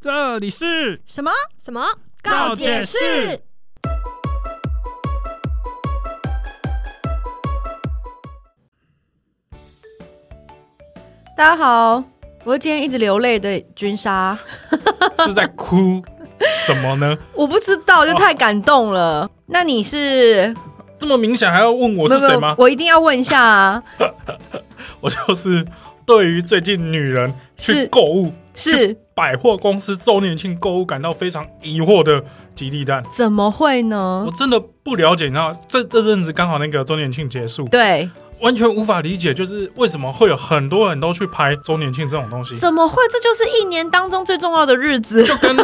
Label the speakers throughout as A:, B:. A: 这里是
B: 什么？
C: 什么？
A: 告解室
B: 大家好，我是今天一直流泪的君莎，
A: 是在哭什么呢？
B: 我不知道，就太感动了。那你是
A: 这么明显还要问我是谁
B: 没有没有
A: 吗？
B: 我一定要问一下 啊，
A: 我就是对于最近女人去
B: 是
A: 购物、
B: 是
A: 百货公司周年庆购物感到非常疑惑的吉利蛋，
B: 怎么会呢
A: 我？真的不了解。你知道，这这阵子刚好那个周年庆结束，
B: 对，
A: 完全无法理解，就是为什么会有很多人都去拍周年庆这种东西，
B: 怎么会？这就是一年当中最重要的日子。
A: 就跟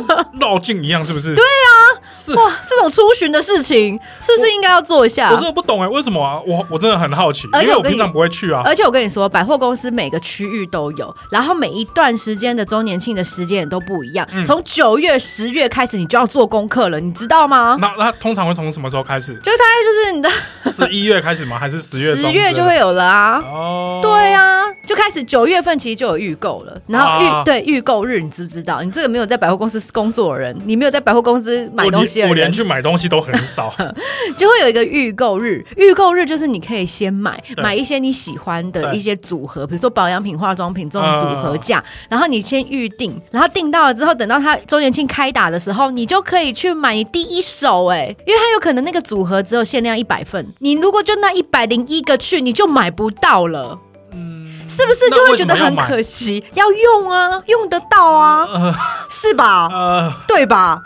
A: 绕境一样，是不是？对啊，是。
B: 哇，这种出巡的事情是不是应该要做一下
A: 我？真的不懂哎、为什么啊？我我真的很好奇，
B: 而且
A: 因为
B: 我
A: 我
B: 跟
A: 平
B: 你呃
A: 常不会去啊。
B: 而且我跟你说，百货公司每个区域都有，然后每一段时间的周年庆的时间也都不一样
A: 嗯。
B: 从九、月、十月开始，你就要做功课了，你知道吗？
A: 那那通常会从什么时候开始？
B: 哎，就是你的
A: 十一月开始吗？还是十月中之
B: 十
A: 类的？
B: 月就会有了啊。
A: 哦，
B: 对啊，就开始九月份其实就有预购了，然后预、
A: 啊
B: 对预购日，你知不知道？你这个没有在百货公司工作的人，你没有在百货公司买
A: 我
B: 东西
A: 连
B: 的
A: 我连
B: 人，
A: 去买东西都很少。
B: 就会有一个预购日。预购日就是你可以先买
A: 对
B: 买一些你喜欢的
A: 对
B: 一些组合，比如说保养品、化妆品这种组合
A: 啊
B: 价，然后你先预定，然后定到了之后，等到它周年庆开打的时候，你就可以去买你第一手哎、因为它有可能那个组合只有限量一百份，你如果就那一百零一个去，你就买不到了。
A: 嗯，
B: 是不是就会觉得很可惜？要用啊，用得到啊，
A: 呃
B: 是吧？
A: 呃，
B: 对吧？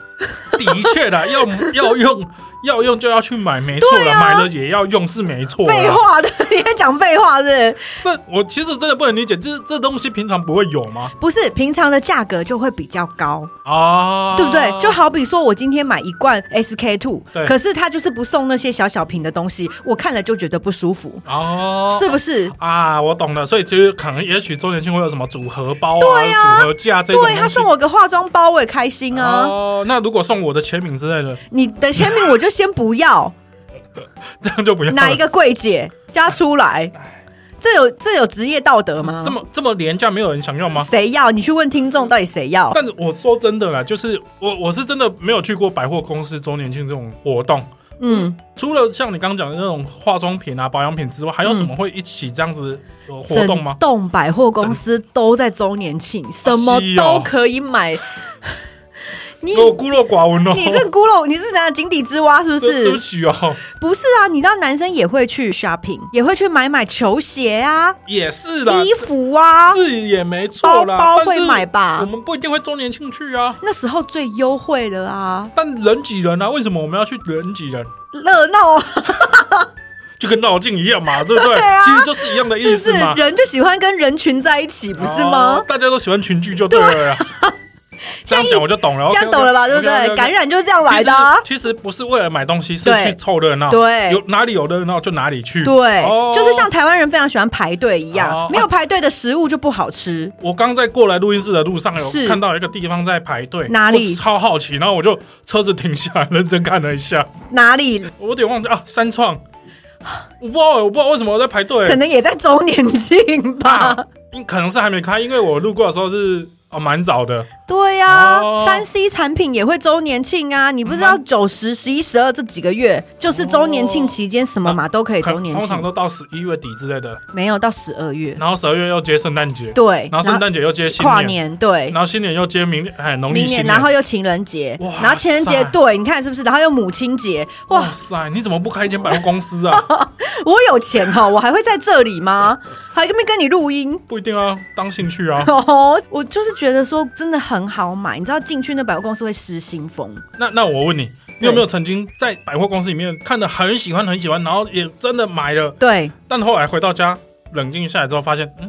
A: 的确的，要要用要用就要去买，没错了，买了也要用是没错啦。
B: 啊废话的，你在讲废话是不是
A: 这我其实真的不能理解，这这东西平常不会有吗？
B: 不是？平常的价格就会比较高，
A: 啊，
B: 对不对？就好比说我今天买一罐 SK two，
A: 对
B: 可是它就是不送那些小小瓶的东西，我看了就觉得不舒服，
A: 哦，
B: 是不是？
A: 啊，我懂了，所以其实可能也许周年庆会有什么组合包啊、
B: 对啊
A: 组合价这种东
B: 对
A: 西。
B: 他送我个化妆包，我也开心啊！
A: 哦，那如果送我的签名之类的，
B: 你的签名我就先不要，
A: 这样就不要了
B: 哪一个柜姐加出来？这有这有职业道德吗
A: 这？么这啊么廉价，没有人想要吗？
B: 谁要？你去问听众到底谁要？
A: 但是我说真的啦，就是我我是真的没有去过百货公司周年庆这种活动，
B: 嗯，
A: 除了像你刚刚讲的那种化妆品啊、保养品之外，还有什么会一起这样子呃活动吗哦
B: 整？栋百货公司都在周年庆，什么都可以买。 你
A: 我孤陋寡闻哦，
B: 你这孤陋，你是怎样井底之蛙是 不
A: 对对不
B: 是？
A: 起哦，
B: 不是啊，你知道男生也会去 shopping，也会去买买球鞋啊、
A: 也是啦，
B: 衣服啊，
A: 是也没错啦，
B: 包包
A: 但是
B: 会买吧
A: 我们不一定会周年庆去啊。
B: 那时候最优惠了啊，
A: 但人挤人啊，为什么我们要去人挤人？
B: 热闹啊
A: 就跟绕境一样嘛，对不对？
B: 对啊
A: 其实 就是一样的
B: 是
A: 意
B: 不是
A: 思嘛，？
B: 人就喜欢跟人群在一起，不是吗
A: 哦？大家都喜欢群聚就对了啦。这样讲我就懂了，
B: 这样懂了吧？对不对？感
A: 染
B: 染就是这样来的啊。
A: 其实其实不是为了买东西，是
B: 对
A: 去凑热闹。
B: 对
A: 有哪里有热闹就哪里去。
B: 对
A: 哦，
B: 就是像台湾人非常喜欢排队一
A: 哦
B: 样，没有排队的食物就不好吃。
A: 我刚在过来录音室的路上，有
B: 是
A: 看到一个地方在排队，
B: 哪里
A: 我超好奇，然后我就车子停下来，认真看了一下，
B: 哪里
A: 我有点忘记啊，三 创，我不知道，我不知道为什么我在排队，
B: 可能也在周年庆吧？
A: 啊，因可能是还没开，因为我路过的时候是哦蛮早的，
B: 对呀
A: 哦，嗯
B: 三 C 产品也会周年庆啊！你不知道九十、十一、十二这几个月就是周年庆期间，什么嘛都可以
A: 可
B: 周年
A: 哦通常
B: 庆，
A: 都到十一月底之类的，
B: 没有到十二月。
A: 然后十二月又接圣诞节，
B: 对，
A: 然后圣诞节又接新
B: 跨
A: 年，
B: 年对。
A: 然后新年又接明哎农历
B: 明
A: 新
B: 年，然后又情人节
A: 哇，
B: 然后情人节
A: 塞，
B: 对，你看是不是？然后又母亲节，哇
A: 哇！塞，你怎么不开一间百货公司 啊？
B: 我有钱哈，我还会在这里吗？还跟没跟你录音？
A: 不一定啊，当兴趣啊。
B: 哦，我就是觉得说真的很好买，你知道进去那百货公司会失心疯，
A: 那那我问你，你有没有曾经在百货公司里面看的很喜欢很喜欢，然后也真的买了，
B: 对，
A: 但后来回到家冷静下来之后发现，嗯，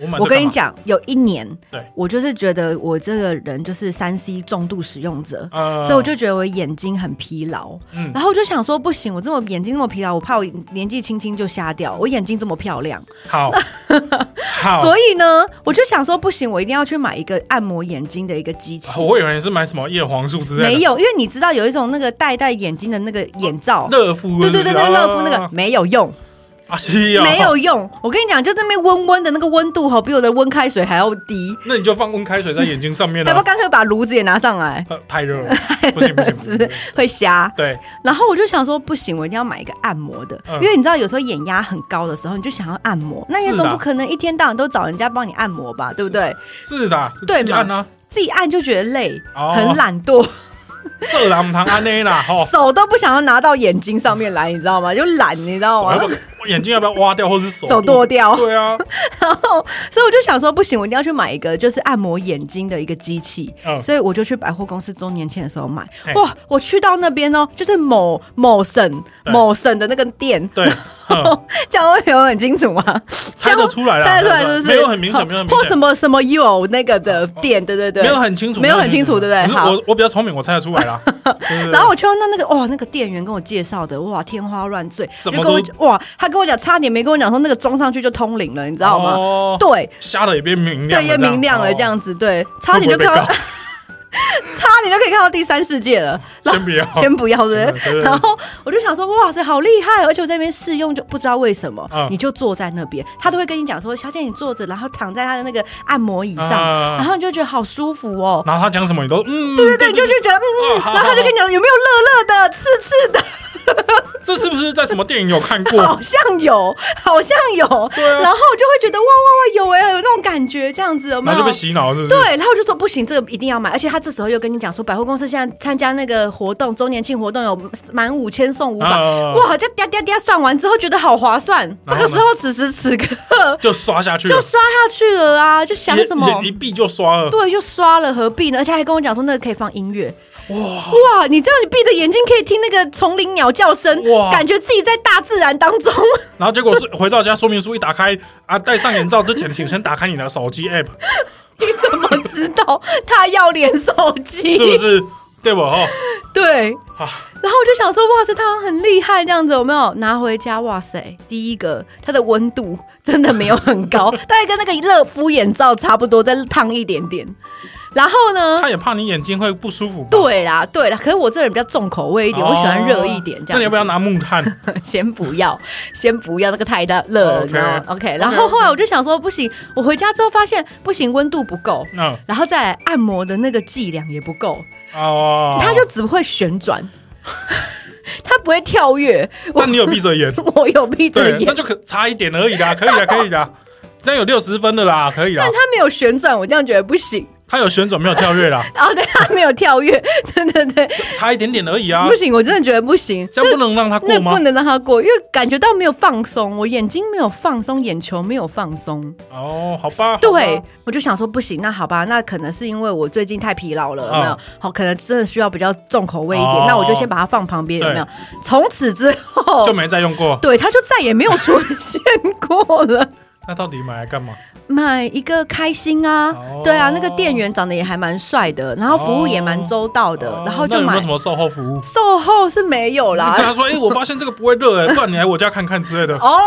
A: 我买这
B: 我跟
A: 干
B: 你
A: 嘛，
B: 讲，有一年，
A: 对
B: 我就是觉得我这个人就是三 C 重度使用者。
A: 呃
B: 所以我就觉得我眼睛很疲劳，
A: 嗯
B: 然后我就想说不行，我这么眼睛那么疲劳，我怕我年纪轻轻就瞎掉，我眼睛这么漂亮，
A: 好好，
B: 所以呢，我就想说不行，我一定要去买一个按摩眼睛的一个机器。
A: 啊我以为你是买什么叶黄素之类的，
B: 没有，因为你知道有一种那个戴戴眼睛的那个眼罩，
A: 乐肤，
B: 对对对，那个乐肤那个
A: 啊
B: 没有用。
A: 啊，是啊，
B: 没有用。我跟你讲，就那边温温的那个温度吼，比我的温开水还要低。
A: 那你就放温开水在眼睛上面
B: 要不要
A: 啊，
B: 干脆把炉子也拿上来？
A: 呃太 热了，不行不行，
B: 是不是会瞎？
A: 对，
B: 然后我就想说，不行，我一定要买一个按摩的，
A: 嗯
B: 因为你知道有时候眼压很高的时候，你就想要按摩，那也
A: 是
B: 总
A: 啊
B: 不可能一天到晚都找人家帮你按摩吧，对不对？
A: 是的，
B: 对嘛
A: 自己按啊，
B: 自己按就觉得累，
A: 哦
B: 很懒惰，
A: 这狼堂安内 啦，吼，
B: 手都不想要拿到眼睛上面来，你知道吗？就懒，你知道
A: 手要
B: 吗
A: 不？要眼睛要不要挖掉，或者是手
B: 啊手剁掉，
A: 对啊，
B: 然后，所以我就想说，不行，我一定要去买一个就是按摩眼睛的一个机器。
A: 嗯
B: 所以我就去百货公司周年庆的时候买
A: 嘿。
B: 哇，我去到那边哦，就是某某省
A: 对
B: 某省的那个店，
A: 对，嗯
B: 这样会有很清楚吗？
A: 猜得出来啦，
B: 猜得出来是不是？
A: 哎没
B: 哦
A: 有很明显，没有很明
B: 或
A: 显
B: 什。么什么 U 那个的店，对对对，
A: 没有很清楚，
B: 没有很清楚对不对
A: 可是
B: 好
A: 我我比较聪明，我猜得出来 啦。对
B: 然后我去到那那个哇，那个店员跟我介绍的哇，天花乱坠，
A: 什
B: 就
A: 么
B: 跟我
A: 都
B: 讲哇，他跟我讲差点没跟我讲说那个装上去就通灵了，你知
A: 知
B: 道吗？
A: 哦，
B: 对，
A: 瞎了也变明亮了，
B: 对，也明亮了，
A: 哦
B: 这样子，对，差点就
A: 会不
B: 看
A: 会
B: 到
A: 被，
B: 差点就可以看到第三世 界了。然后
A: 先不要，
B: 先不要对不
A: 对对
B: 对，
A: 对
B: 然后我就想说，哇塞，好厉害！而且我在那边试用，就不知道为什么，
A: 嗯
B: 你就坐在那边，他都会跟你讲说，小姐你坐着，然后躺在他的那个按摩椅上，
A: 啊
B: 然后你就觉得好舒服哦。
A: 然后他讲什么你都嗯， 对
B: 对对，你就就觉得嗯，
A: 哦好
B: 然后他就跟你讲有没有热热的、刺刺的，
A: 这是不是在什么电影有看
B: 好
A: 过？
B: 像 有，好像有，
A: 对啊
B: 然后我就会觉得哇哇哇，有哎、有那种感觉，这样子有没
A: 然
B: 有？
A: 后就被洗脑了是不是？
B: 对，然后我就说不行，这个一定要买。而且他这时候又跟你讲说，百货公司现在参加那个活动，周年庆活动有满五千送五百、
A: 啊
B: 哇，就嗲嗲嗲算完之后觉得好划算。这
A: 然
B: 个
A: 后呢
B: 时候此时此刻
A: 就刷下去
B: 就
A: 了，
B: 刷下去了啊，就想
A: 眼
B: 什么
A: 眼？一闭就刷了，
B: 对，就刷了，何必呢？而且还跟我讲说那个可以放音乐，
A: 哇！
B: 哇！你这样你闭着眼睛可以听那个丛林鸟叫声，
A: 哇
B: 感觉自己在大自然当中。
A: 然后结果是回到家，说明书一打开啊，戴上眼罩之前，请先打开你的手机 app，
B: 你怎么知道他要连手机？
A: 是不是？对不？哦，
B: 对，
A: 啊，
B: 然后我就想说，哇塞，它很厉害，这样子有没有拿回家？哇塞，第一个它的温度真的没有很高， 大概跟那个热敷眼罩差不多，再烫一点点。然后呢？
A: 他也怕你眼睛会不舒服吧。
B: 对啦，对啦，可是我这人比较重口味一
A: 一
B: 点，我喜欢热一点这
A: 哦
B: 样。
A: 那你要不要？拿木 炭？
B: 先不要，先不要，那个太大热了，你知道吗
A: OK
B: ？OK。然后后来我就想说，不行，我回家之后发现不行，温度不够，
A: 嗯
B: 然后再来按摩的那个剂量也不够，
A: 哦，
B: 它就只会旋转， 它不会跳跃。我
A: 但你有闭着 眼，
B: 我有闭着
A: 对，那
B: 眼，
A: 就可差一点而已啦，可以啦，可以啦，这样有六十分的啦，可以啦
B: 但。它没有旋转，我这样觉得不行。
A: 他有旋转没有跳跃啦，
B: 哦，对，它没有跳跃， 对对对，
A: 差一点点而已啊
B: 不，行，我真的觉得不行。
A: 这样不能让他过
B: 那
A: 吗
B: 不？能让它过，因为感觉到没有放松，我眼睛没有放松，眼球没有放松。
A: 哦，好吧，好吧
B: 对，我就想说不行，那好吧，那可能是因为我最近太疲劳了，有没有
A: 嗯？
B: 好，可能真的需要比较重口味一点，
A: 哦
B: 那我就先把它放旁边，有没有？从此之后
A: 就，没再用过。
B: 对，它就再也没有出现过了。
A: 那到底买来干嘛？
B: 买一个开心啊，
A: 哦
B: 对啊，那个店员长得也还蛮帅的，然后服务也蛮周到的，
A: 哦
B: 然后
A: 那
B: 就
A: 有没
B: 买
A: 有什。么售后服务？
B: 售后是没有
A: 你跟
B: 啦，
A: 他说，哎，我发现这个不会热，哎，不然你来我家看看之类的，
B: 哦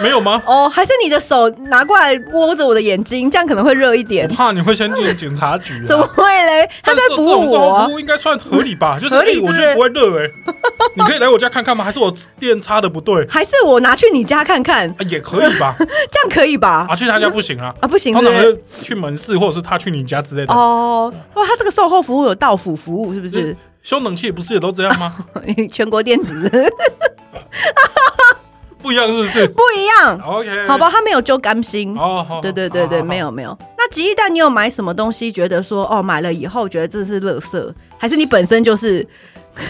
A: 没有吗？
B: 哦，还是你的手拿过来握着我的眼睛，这样可能会热一
A: 我
B: 点，
A: 怕你会先进警察局啊。
B: 怎么会嘞？他
A: 但
B: 在
A: 是
B: 服
A: 这种
B: 务
A: 售
B: 我
A: 后
B: 啊
A: 服，务应该算合理 吧？就是
B: 合理
A: 哎我觉
B: 是不是
A: 得不会热哎，你可以来我家看看吗？还是我电插的不对？
B: 还是我拿去你家看看，
A: 啊也可以 吧？
B: 这样可以吧？
A: 啊，去他家不行啊，
B: 啊，不行，
A: 通
B: 对
A: 常
B: 不对？
A: 是去门市或者是他去你家之类的。
B: 哦，哇，他这个售后服务有到府服务是 不是？
A: 修冷气不是也都这样吗？
B: 全国电子
A: 不一样是不是
B: 不一样，
A: ？OK，
B: 好吧，，他没有揪甘心。
A: 哦，好
B: 对对对对，没。有没有。那吉利蛋，你有买什么东西？觉得说哦，买了以后觉得这是垃圾，还是你本身就是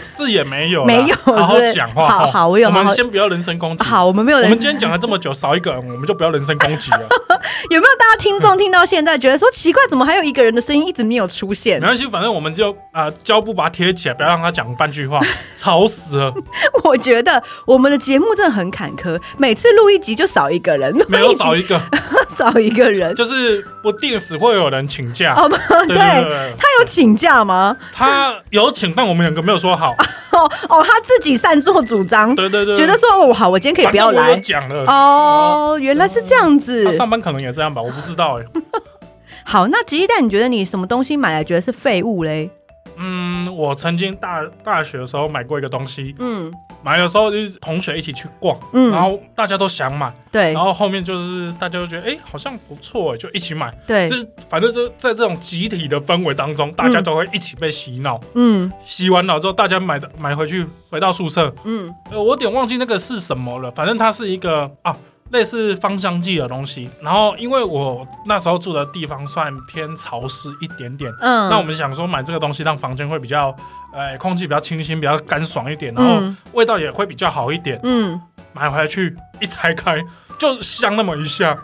A: 是也没有啦，
B: 没有
A: 好好
B: 是不是
A: 讲话。
B: 好好我有好好
A: 们先不要人身攻击。
B: 啊好？我们没有
A: 我
B: 人
A: 们今天讲了这么久，少一个人，我们就不要人身攻击了。
B: 有没有大家听众听到现在觉得说奇怪，怎么还有一个人的声音一直没有出现
A: 没？关系，反正我们就啊胶布把它贴起来，不要让他讲半句话， 吵死了。
B: 我觉得我们的节目真的很坎坷，每次录一集就少一个人，
A: 没
B: 录
A: 有
B: 一集
A: 少一个，
B: 少一个 人。
A: 就是不定时会有人请假。
B: 哦，不
A: 对
B: 对，
A: 对对，
B: 他有请假吗？
A: 他有请，但我们两个没有说好。
B: 哦哦，他自己擅作主张，
A: 对对对，
B: 觉得说哦好，我今天可以
A: 反
B: 不
A: 正
B: 要
A: 我有
B: 来。
A: 讲了。
B: 哦，原来是这样子。
A: 他上班可能也这样吧，我不知道哎、
B: 好，那吉利蛋，你觉得你什么东西买来觉得是废物嘞？
A: 嗯，我曾经大大学的时候买过一个东西，
B: 嗯，
A: 买的时候就是同学一起去逛，
B: 嗯
A: 然后大家都想买，
B: 对
A: 然后后面就是大家都觉得哎、诶好像不错哎，就一起买。
B: 对
A: 就，是反正就在这种集体的氛围当中，大家
B: 嗯
A: 都会一起被洗脑。
B: 嗯
A: 洗完脑之后，大家买的买回去，回到宿舍，
B: 嗯
A: 呃，我有点忘记那个是什么了，反正它是一个啊。类似芳香剂的东西，然后因为我那时候住的地方算偏潮湿一点点，
B: 嗯，
A: 那我们想说买这个东西让房间会比较，呃，空气比较清新，比较干爽一点，然后
B: 嗯
A: 味道也会比较好一点。
B: 嗯，
A: 买回来去一拆开就香那么一下，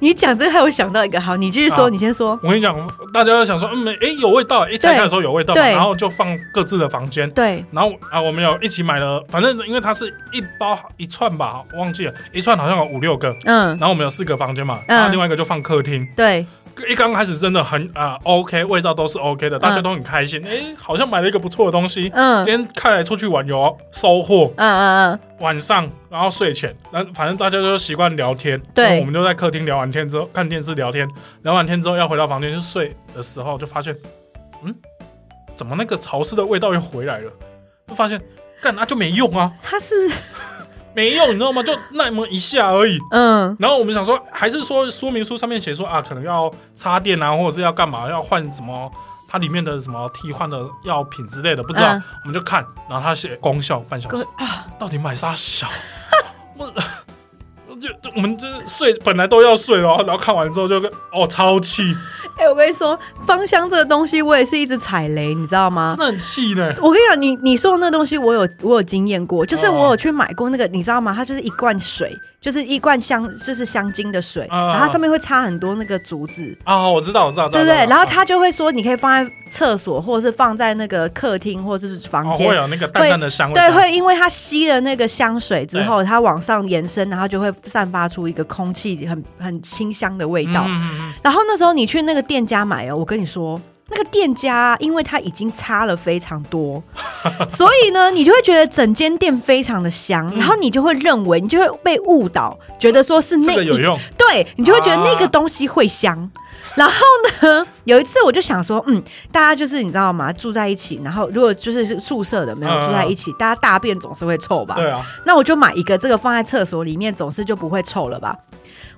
B: 你讲这个还有想到一个，好，你继续说，
A: 啊
B: 你先说，
A: 我跟你讲，大家都想说，嗯，诶、有味道，一拆开的时候有味道嘛，
B: 对
A: 然后就放各自的房间，
B: 对，
A: 然后啊，我们有一起买了，反正因为它是一包一串吧，忘记了，一串好像有五六个。
B: 嗯
A: 然后我们有四个房间嘛，
B: 嗯
A: 然后另外一个就放客厅。
B: 对，
A: 一刚开始真的很啊、OK，味道都是 OK 的，大家都很开心。诶，好像买了一个不错的东西。
B: 嗯
A: 今天看来出去玩有收获，
B: 嗯嗯
A: 晚上然后睡前，那反正大家都习惯聊天。
B: 对
A: 然后我们就在客厅聊完天之后，看电视聊天，聊完天之后要回到房间去睡的时候，就发现，嗯，怎么那个潮湿的味道又回来了？就发现干那、就没用啊
B: 嗯，，他是不是
A: 没用，你知道吗？就那么一下而已。
B: 嗯
A: 然后我们想说，还是说说明书上面写说啊，可能要插电啊，或者是要干嘛，要换什么它里面的什么替换的药品之类的，不知道，
B: 嗯
A: 我们就看，然后它写功效半小时
B: 功，啊
A: 到底买啥小？ 我就就我们就是睡，本来都要睡了，然后看完之后就跟哦超气，
B: 哎、我跟你说，芳香这个东西，我也是一直踩雷，你知道吗
A: 真？的很气呢。
B: 我跟你讲，你你说的那东西，我有我有经验过，就是
A: 哦
B: 我有去买过那个，你知道吗？它就是一罐水，就是一罐香，就是香精的水，
A: 啊
B: 然后它上面会插很多那个竹子，
A: 啊，我知道，我知道，
B: 对不
A: 知道
B: 对？
A: 知道
B: 然后他就会说，你可以放在厕所，或者是放在那个客厅，或者是房
A: 哦
B: 间。
A: 会啊有那个淡淡的香味，
B: 对，会因为它吸了那个香水之后，它往上延伸，然后就会散发出一个空气很很清香的味道。
A: 嗯嗯嗯
B: 然后那时候你去那个店家买哦，我跟你说，那个店家因为它已经擦了非常多， 所以呢，你就会觉得整间店非常的香，
A: 嗯
B: 然后你就会认为，你就会被误导，觉得说是那
A: 嗯这个有
B: 一
A: 用，
B: 对你就会觉得
A: 啊
B: 那个东西会香。然后呢， 有一次我就想说，嗯，大家就是你知道吗？住在一起，然后如果就是宿舍的没有
A: 嗯
B: 住在一起，大家大便总是会臭吧？
A: 对啊，
B: 那我就买一个这个放在厕所里面，总是就不会臭了吧？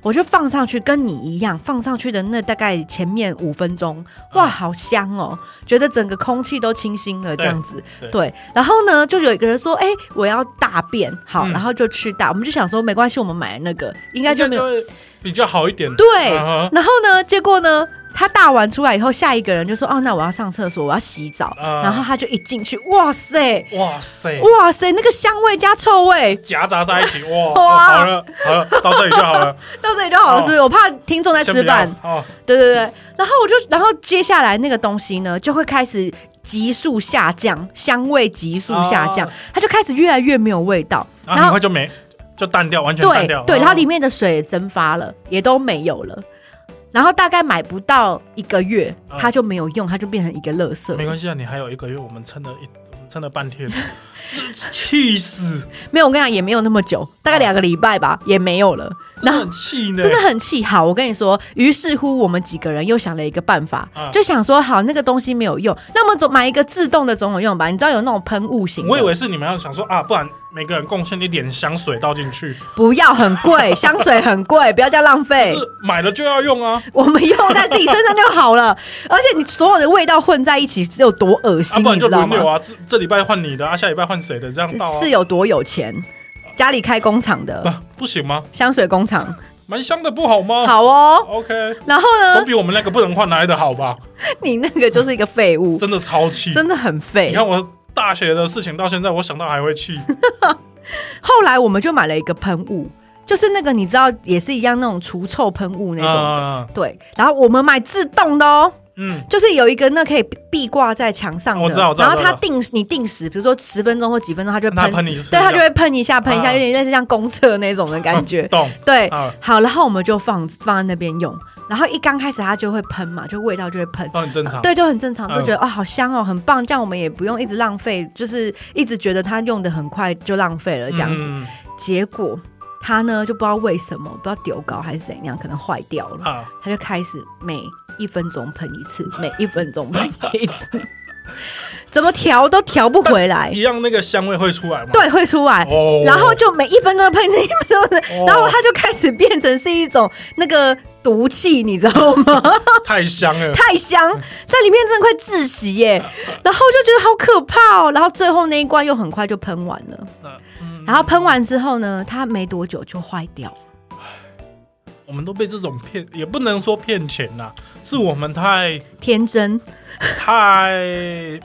B: 我就放上去，跟你一样放上去的那大概前面五分
A: 嗯
B: 钟，哇，好香哦，觉得整个空气都清新了，这样子。
A: 对
B: 然后呢，就有一个人说：“哎、我要大便。”好，
A: 嗯
B: 然后就去大，我们就想说没关系，我们买了那个应该就没有。
A: 会比较好一点。
B: 对，
A: 啊
B: 然后呢，结果呢，他大完出来以后，下一个人就说：“哦，那我要上厕所，我要洗澡。
A: 啊哎
B: 然后他就一进去，哇塞，
A: 哈哇塞，
B: 哇塞，那个香味加臭味，
A: 夹杂在一 起，哇！
B: 哇
A: 哇好了好了，到这里就好 了，
B: 到这里就好了，是不是？我怕听众在
A: 哦先
B: 吃
A: 不要
B: 饭。
A: 哦，
B: 对对对，然后我就，然后接下来那个东西呢，就会开始急速下降，香味急速下降，
A: 哦
B: 它就开始越来越没有味道。
A: 然后很快啊就没就淡掉，完全淡
B: 对
A: 掉。
B: 对，
A: 哦
B: 然后里面的水也蒸发了，也都没有了。然后大概买不到一个月，
A: 嗯
B: 它就没有用，它就变成一个垃圾。
A: 没关系啊，你还有一个月，我们撑了一我们撑了半 天，气死，
B: 没有，我跟你讲，也没有那么久，大概
A: 哦
B: 两个礼拜吧，也没有了。
A: 真的
B: 然后
A: 很气呢
B: 真。的很气。好，我跟你说，于是乎我们几个人又想了一个办法，
A: 嗯
B: 就想说，好，那个东西没有用，那么总买一个自动的总有用吧？你知道有那种喷雾型的，
A: 我以为是你们要想说啊，不然每个人贡献一点香水倒进去，
B: 不要很 贵，香水很贵，不要这样浪费
A: 是。买了就要用啊，
B: 我们用在自己身上就 好了，而且你所有的味道混在一起，有多恶
A: 啊
B: 心，
A: 不然
B: 你
A: 就
B: 知道
A: 轮流
B: 吗？
A: 啊，这这礼拜换你的啊，下礼拜换谁的，这样倒啊
B: 是，有多有钱？家里开工厂的
A: 啊不行吗？
B: 香水工厂，
A: 蛮香的不好吗？
B: 好哦。
A: ，OK，
B: 然后
A: 总
B: 呢，
A: 比我们那个不能换来的好吧？
B: 你那个就是一个废物，
A: 真的超气，
B: 真的很废
A: 你。看我大学的事情到现在，我想到还会气。
B: 后来我们就买了一个喷雾，就是那个你知道，也是一样那种除臭喷雾那种。
A: 啊，
B: 对，然后我们买自动的哦，
A: 嗯，
B: 就是有一个那可以壁挂在墙上的，
A: 我知道我知道
B: 然后它
A: 我知道
B: 定时你定时，比如说十分钟或几分钟，它嗯就会
A: 那
B: 喷，
A: 喷你一次，
B: 对，它就会喷一下，喷一下，
A: 啊
B: 有点类似像公厕那种的感 觉。
A: 懂
B: 对，
A: 啊，
B: 好，然后我们就放放在那边用，然后一刚开始它就会喷嘛，就味道就会喷。
A: 都很正常。
B: 对，就很正常，就
A: 嗯
B: 觉得、哦，好香哦，很棒。这样我们也不用一直浪费，就是一直觉得它用的很快就浪费了
A: 嗯，
B: 这样子。
A: 嗯
B: 结果他呢就不知道为什么，不知道丢高还是怎样，可能坏掉了，
A: 啊，
B: 他就开始每一分钟喷一次，每一分钟喷一次。 怎么调都调不回来，
A: 一样那个香味会出来嘛？
B: 哎对，会出来。
A: 哦
B: 然后就每一分钟喷一次，一分钟喷一次
A: 哦
B: 然后它就开始变成是一种那个毒气，你知道吗？
A: 太香 了，
B: 太香，在里面真的快窒 息耶！然后就觉得好可怕哦。然后最后那一罐又很快就喷完了，
A: 那嗯
B: 然后喷完之后呢，它没多久就坏掉了。
A: 我们都被这种骗，也不能说骗钱啦，是我们太
B: 天真
A: 太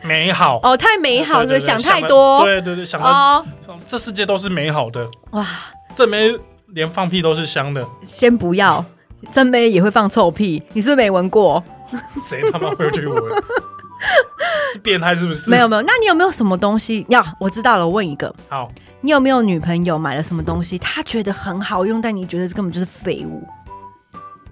A: 美好，
B: 哦，太美好
A: 对对对
B: 了，想太多
A: 对对对，想到、
B: 哦，
A: 想这世界都是美好的，
B: 哇！
A: 这没连放屁都是香的，
B: 先不要，真妹也会放臭屁，你是不是没闻过？
A: 谁他妈会去闻？ 是变态是不是？
B: 没有没有，那你有没有什么东西呀？我知道了，我问一个，
A: 好，
B: 你有没有女朋友买了什么东西，她觉得很好用，但你觉得这根本就是废物？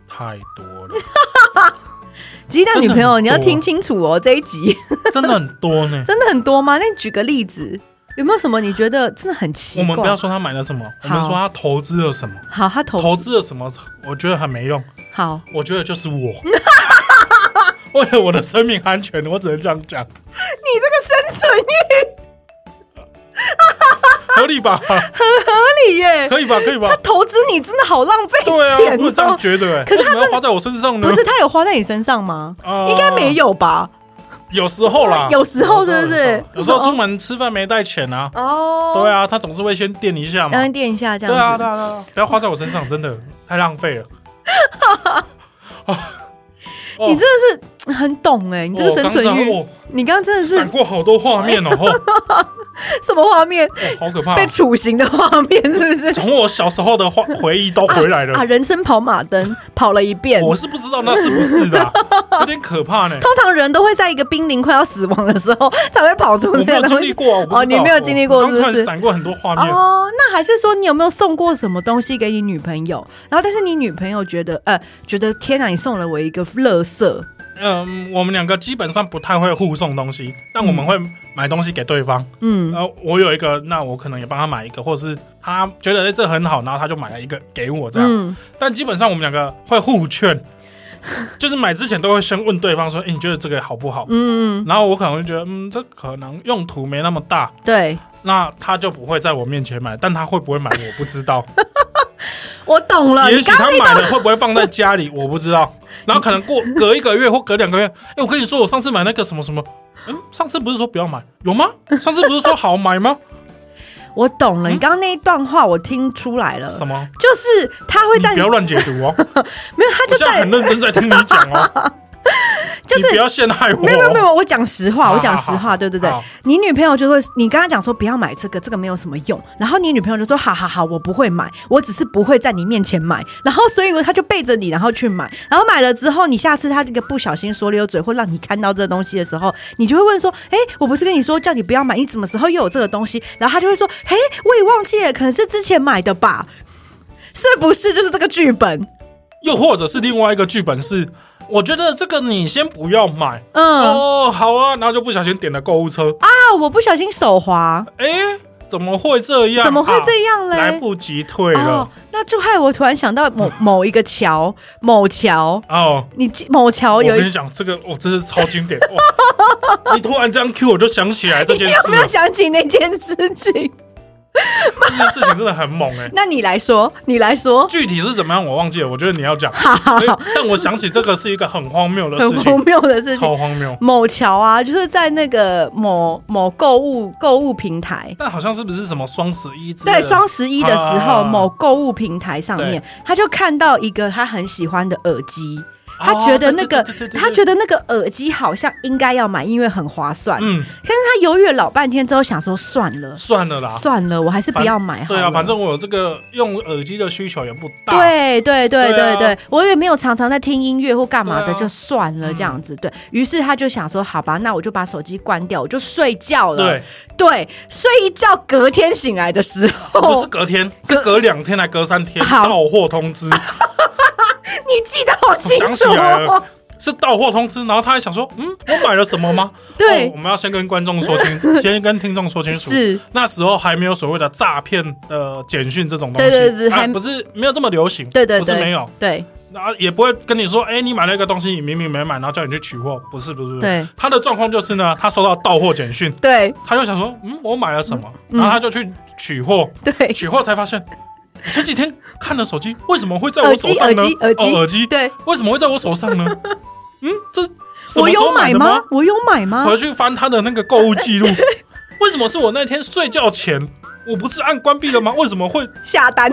A: 太多了，
B: 鸡蛋女朋
A: 真的
B: 友，
A: 很多
B: 你要听清楚哦，这一集
A: 真的很多 呢。
B: 真的很多吗？那你举个例子，有没有什么你觉得真的很奇
A: 我
B: 怪？
A: 们不要说他买了什么，我们
B: 好
A: 说他投资了什么，
B: 好，她投
A: 投资了什么，我觉得很没用。
B: 好，
A: 我觉得就是我， 为了我的生命安全，我只能这样讲，
B: 你这个生存欲
A: 合理 吧？
B: 合理耶，
A: 可以吧？可以吧
B: 她？投资你真的好浪费
A: 对啊，
B: 钱
A: 我这样
B: 哦。
A: 觉得、欸，
B: 可是
A: 为
B: 他
A: 什么要花在我身上呢
B: 不？是她有花在你身上吗？
A: 啊
B: 应该没有吧？
A: 有时候啦，
B: 有时候是不是
A: 有时候出门吃饭没带钱啊，
B: 哦，
A: 对啊，他总是会先垫一下嘛
B: 让。人垫一下这样
A: 对
B: 子。
A: 啊，对啊，对啊，不要花在我身上，真的太浪费了。哦
B: 你真的是很懂哎、你这个生存欲，
A: 哦
B: 你刚刚真的
A: 我刚才哦闪
B: 是
A: 过好多画面哦，哦
B: 什么画面？
A: 哦好可怕哦
B: 被！处刑的画面是不 是？
A: 从我小时候的画回忆都回来
B: 啊，
A: 了，
B: 人生跑 马灯跑了一遍。
A: 我
B: 通
A: 是不知道那是不是 的啊，有点可怕呢。
B: 常人都会在一个濒临快要死亡的时候才会跑出
A: 我
B: 那
A: 没有
B: 个
A: 经
B: 东
A: 历
B: 西。
A: 过啊，我不知道
B: 哦你没有经历过
A: 我刚突
B: 是不是
A: 然闪过很多画面，
B: 哦，那还是说你有没有送过什么东西给你女朋友？然后，但是你女朋友觉得，呃，觉得天哪，你送了我一个垃圾，
A: 嗯，我们两个基本上不太会互送东西，但我们会买东西给对方。
B: 嗯，
A: 呃，我有一个，那我可能也帮他买一个，或者是他觉得诶这很好，然后他就买了一个给我这样。
B: 嗯，
A: 但基本上我们两个会互 劝，就是买之前都会先问对方说：“哎、你觉得这个好不好？”
B: 嗯，
A: 然后我可能会觉得，嗯，这可能用途没那么大，
B: 对，
A: 那他就不会在我面前买，但他会不会买我不知道。
B: 我懂了。
A: 也
B: 你
A: 许
B: 刚刚
A: 他买了会不会放在家里， 我不知道。然后可能过隔一个月或隔两 个月，哎、我跟你说，我上次买那个什么什么，嗯，上次不是说不要买，有吗？上次不是说好买 吗？
B: 我懂了，
A: 嗯
B: 你刚刚那一段话我听出来了，
A: 什么？
B: 就是他会
A: 你
B: 在
A: 不要乱解读哦，
B: 没有，他
A: 我
B: 就
A: 现在
B: 在
A: 很认真在听你讲哦，
B: 就是
A: 你不要陷害我、哦。
B: 没有没有没有，我讲实话，
A: 好
B: 我讲实
A: 好
B: 话，
A: 好
B: 对对对
A: 好，
B: 你女朋友就会，你刚刚讲说不要买这个，这个没有什么用，然后你女朋友就说好好好，我不会买，我只是不会在你面前买，然后所以她就背着你，然后去买，然后买了之后，你下次她这个不小心说溜嘴或让你看到这东西的时候，你就会问说，哎，我不是跟你说叫你不要买，你什么时候又有这个东西？然后她就会说，嘿，我也忘记了，可能是之前买的吧，是不是就是这个剧本？
A: 又或者是另外一个剧本是，我觉得这个你先不要买。
B: 嗯，
A: 哦，好啊，然后就不小心点了购物车，
B: 啊，我不小心 手滑，
A: 哎、怎么会这样啊？
B: 怎么会这样嘞？
A: 来不及退了
B: 哦，那就害我突然想 到某某一个桥，某桥，
A: 哦
B: 你记某桥
A: 我
B: 有
A: 跟你
B: 一。
A: 讲，这个我、真是超经典。 哇你突然这样 Q，我就想起来这
B: 你
A: 件事
B: 有没有
A: 了。
B: 想起那件事情？
A: 这件事情真的很猛哎、
B: 那你来说，你来说，
A: 具体是怎么样，我忘记了。我觉得你要讲，
B: 哈哈，
A: 哎但我想起这个是一个很荒谬的事
B: 很荒
A: 情，
B: 谬的事情。
A: 超荒谬。
B: 某桥啊，就是在那个某某购物购物平台，
A: 但好像是不是什么双十一之类的
B: 对，双十一的时
A: 啊
B: 候，某购物平台上面，他就看到一个他很喜欢的耳机，他觉得那个
A: 哦对对对对对对
B: 他觉得那个耳机好像应该要买，因为很划算。
A: 嗯，
B: 但是他犹豫了老半天之后，想说算了，
A: 算了啦，
B: 算了，我还是不要买好
A: 对
B: 了。
A: 啊，反正我有这个用耳机的需求也不大。，
B: 对对对
A: 对
B: 对
A: 啊
B: 对，我也没有常常在听音乐或干嘛的，
A: 对啊嗯
B: 就算了这样子。对于是，他就想说，好吧，那我就把手机关掉，我就睡觉了。
A: 对，
B: 对，睡一觉，隔天醒来的时
A: 不是
B: 候，
A: 隔天，是隔两天还隔三天
B: 哦好啊
A: 到货通知，
B: 你记得好清
A: 我想起
B: 楚
A: 来
B: 哦
A: 了。是到货通知，然后他还想说，嗯，我买了什么吗？
B: 对
A: 哦我们要先跟观众说清， 楚，先跟听众说清楚。
B: 是
A: 那时候还没有所谓的诈骗的简讯这种东西，
B: 对对对
A: 啊
B: 还
A: 不是没有这么流行，
B: 对对
A: 不是
B: 对
A: 没有，
B: 对，
A: 然后也不会跟你说，哎、你买了一个东西，你明明没买，然后叫你去取货，不是不是不是。
B: 对
A: 他的状况就是呢，他收到到货简讯，
B: 对
A: 他就想说，嗯，我买了什么？
B: 嗯
A: 然后他就去取货，
B: 对
A: 取货才发 现，前几天看了手机，为什么会在我
B: 耳
A: 手
B: 机
A: 上呢？
B: 耳机耳机
A: 哦，耳机
B: 对，
A: 为什么会在我手 上呢？嗯，这什
B: 我
A: 么时候
B: 有买
A: 的
B: 吗？啊我有买吗
A: 回？去翻他的那个购物记录， 为什么是我那天睡觉前，我不是按关闭了吗？为什么会？
B: 下单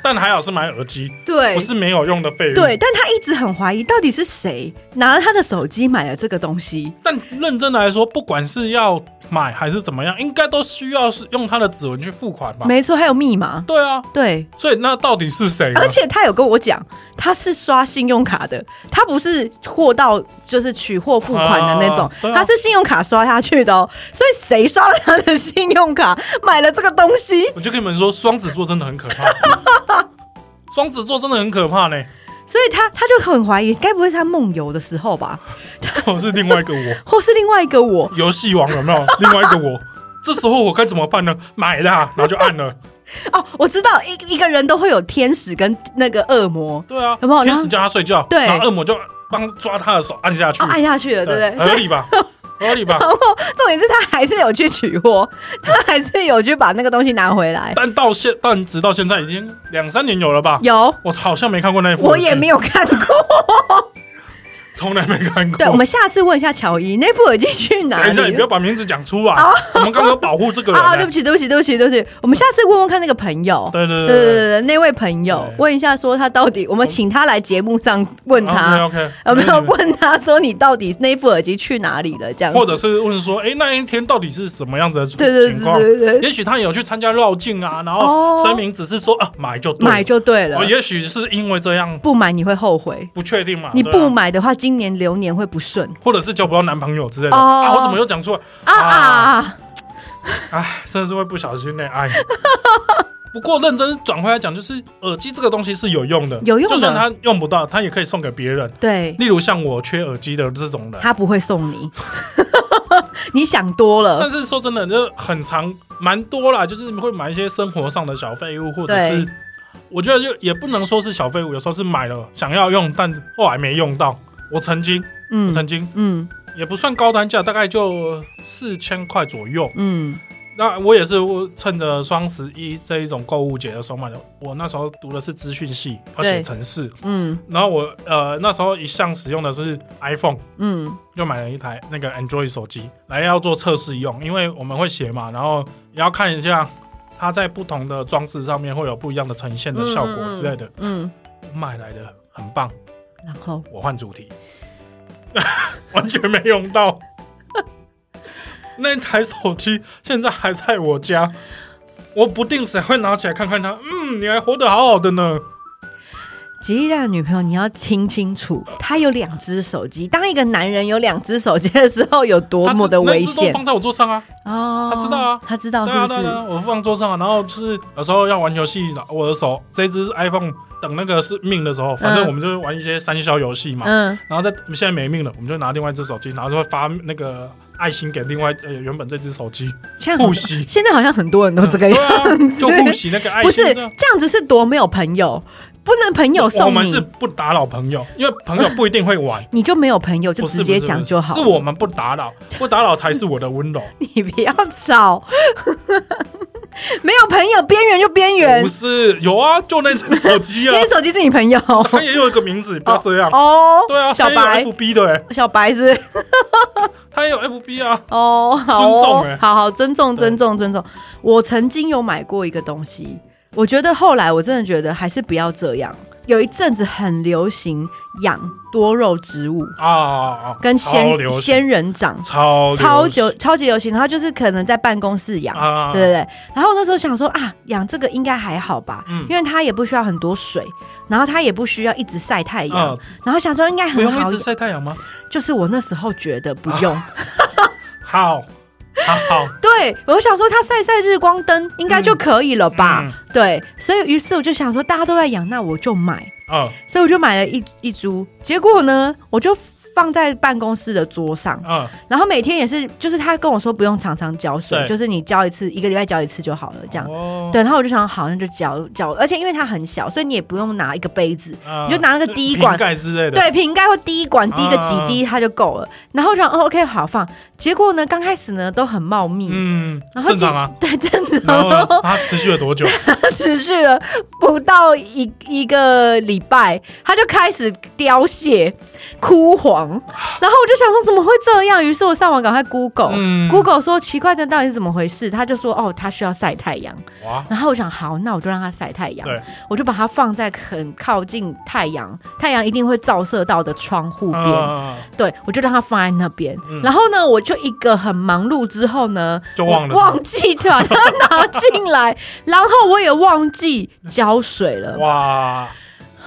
A: 但还好是买耳机，
B: 对
A: 不是没有用的废物。
B: 对，，但他一直很怀疑到底是谁拿了他的手机买了这个东西。
A: 但认真来说，不管是要买还是怎么样，应该都需要是用他的指纹去付款吧？
B: 没错，还有密码。
A: 对啊，
B: 对，
A: 所以那到底是谁呢？
B: 而且他有跟我讲，他是刷信用卡的，他不是货到就是取货付款的那种
A: 啊，对啊
B: 他是信用卡刷下去的哦。所以谁刷了他的信用卡买了这个东西？
A: 我就跟你们说，双子座真的很可怕。双子座真的很可怕呢，
B: 所以他他就很怀疑，该不会是他梦游的时候吧，
A: 我是另外一个我，
B: 或是另外一个我？
A: 游戏王有没有？另外一个我，这时候我该怎么办呢？买啦，然后就按了。
B: 哦，我知道一一个人都会有天使跟那个恶魔，
A: 对啊，
B: 有没有
A: 天
B: 然
A: 使
B: 后
A: 叫他睡觉，
B: 对
A: 然后恶魔就帮抓他的手按下去，
B: 哦，按下去了，对不对？
A: 合理吧？合理吧？
B: 重点是他还是有去取货，他还是有去把那个东西拿回来。
A: 但到现，但直到现在已经两三年有了吧？
B: 有，
A: 我好像没看过那一部，
B: 我也没
A: 有，
B: 有看过。
A: 从来没看过。
B: 对，我们下次问一下乔伊那部耳机去哪
A: 等一下，你
B: 里
A: 不要。把名字讲出来，我们刚刚保护这个人
B: 啊，
A: 呢。
B: 对不起，对不起，对不起，对不起，我们下次问问看那个朋友，
A: 对对
B: 对对对对，那位朋友
A: 对
B: 问一下，说他到底，我们请他来节目上问他，
A: OK，
B: 有没有问他说你到底那副耳机去哪里了？这样子，
A: 或者是问说，哎、那一天到底是什么样子的
B: 对对
A: 情
B: 对
A: 况？
B: 对对对，
A: 也许他有去参加绕境啊，然
B: 哦
A: 后声明只是说啊买就对，
B: 买就对了
A: 哦，，也许是因为这样
B: 不买你会后悔，
A: 不确定嘛，
B: 你
A: 对
B: 不
A: 啊
B: 买的话，今年流年会不顺
A: 或者是交不到男朋友之类的、
B: 哦
A: 啊，我怎么又讲出来？
B: 啊
A: 啊
B: 啊！
A: 哎，真的是会不小心呢、 哎。不过认真转回来讲，就是耳机这个东西是有用的，
B: 有用的
A: 就算他用不到，他也可以送给别人。
B: 对，
A: 例如像我缺耳机的这种人，
B: 他不会送你， 你想多了
A: 但。是说真的，就很常蛮多啦，就是会买一些生活上的小废物，或者是我觉得就也不能说是小废物，有时候是买了想要用，但后来没用到。我曾经，我
B: 嗯
A: 曾经
B: 嗯
A: 也不算高单价，大概就四千块左右。
B: 嗯，
A: 那我也是我趁着双十一这一种购物节的时候买的。我那时候读的是资讯系，要写
B: 对
A: 程式，
B: 嗯
A: 然后我呃那时候一向使用的是 iPhone。
B: 嗯
A: 就买了一台那个 Android 手机来要做测试用，因为我们会写嘛，然后也要看一下它在不同的装置上面会有不一样的呈现的效果之类的。
B: 嗯，
A: 我买来的很棒，
B: 然后
A: 我换主题， 完全没用到。那台手机现在还在我家，我不定时会拿起来看看它。嗯，你还活得好好的呢。
B: 吉利家的女朋友，你要听清楚，她有两只手机。当一个男人有两只手机的时候，有多么的
A: 它
B: 危
A: 那只都
B: 险
A: 放在我桌上啊。
B: 哦
A: 他知道啊
B: 他知道
A: 对
B: 是
A: 啊
B: 不
A: 对啊对
B: 是？
A: 啊，我放桌上啊，然后就是有时候要玩游戏，我的手这只 iPhone 等那个是命的时候，反正
B: 嗯
A: 我们就是玩一些三消游戏嘛。
B: 嗯，
A: 然后在现在没命了，我们就拿另外一只手机，然后就会发那个爱心给另外呃原本这只手 机
B: 现在
A: 互
B: 很
A: 洗，
B: 现在好像很多人都这个
A: 对
B: 样，
A: 啊，就互洗那个爱
B: 不
A: 心
B: 是
A: 这样。
B: 这样子是多没有朋友，不能朋友
A: 我
B: 送
A: 们是
B: 你，
A: 不打扰朋友，因为朋友不一定会玩，
B: 你就没有朋友， 就
A: 不是
B: 直接讲就好
A: 不。是不是是我们不打扰，不打扰才是我的温 柔。
B: 你不要吵， 没有朋友，边缘就边缘
A: 不。是有啊，就那只手机
B: 因
A: 啊
B: 为，手机是你朋 友
A: 它也有一个名字，不要这样。
B: 哦，
A: 对啊，
B: 小
A: 它也
B: 白
A: 有 FB 的哎、
B: 小白是不是
A: 他也有 FB 啊，
B: 哦，好
A: 尊重
B: 哦
A: 欸
B: 好好尊重
A: 对
B: 尊重尊重。我曾经有买过一个东西，我觉得后来我真的觉得还是不要这样。有一阵子很流行养多肉植物
A: 啊啊啊，
B: 跟
A: 超
B: 仙
A: 流行
B: 仙人掌，
A: 超流行
B: 超久超级流行，然后就是可能在办公室养，
A: 啊，
B: 对对对。然后那时候想说啊，养这个应该还好吧，
A: 嗯
B: 因为它也不需要很多水，然后它也不需要一直晒太阳，
A: 啊，
B: 然后想说应该
A: 不
B: 很
A: 用一
B: 好
A: 直。晒太阳吗？
B: 就是我那时候觉得不 用，
A: 好，好好，
B: 对我想说它晒晒日光灯应该就可以了吧？
A: 嗯
B: 对，所以于是我就想说大家都在养，那我就买，
A: 嗯，
B: 所以我就买了一一株。结果呢，我就放在办公室的桌上，
A: 嗯，
B: 然后每天也是，就是他跟我说不用常常浇水，
A: 对
B: 就是你浇一次，一个礼拜浇一次就好了，这样。
A: 哦，
B: 对，然后我就想，好，那就浇浇，而且因为它很小，所以你也不用拿一个杯子，
A: 嗯
B: 你就拿那个滴
A: 瓶
B: 管，
A: 盖之类的，，
B: 对，瓶盖或滴管滴个几滴它就够
A: 嗯
B: 了。然后我就想，哦，OK，好放。结果呢，刚开始呢都很茂密，
A: 嗯，
B: 然后
A: 正
B: 进
A: 常啊。
B: 对，正
A: 然后
B: 常。
A: 呢它持续了多 久？
D: 持续
B: 去了不到一一个礼拜，它就开始凋谢、枯黄，然后我就想说怎么会这样？于是我上网赶快 Google，Google、
A: 嗯
B: 哦 Google 说奇怪，这到底是怎么回事？他就说哦，它需要晒太阳。
A: 哇，
B: 然后我想好，那我就让它晒太阳
A: 对，
B: 我就把它放在很靠近太阳，太阳一定会照射到的窗户边。
A: 嗯，
B: 对，我就让它放在那边。
A: 嗯
B: 然后呢，我就一个很忙碌之后呢，
A: 就忘了
B: 我忘记把它拿进来，然后我也忘记浇水了，
A: 哇，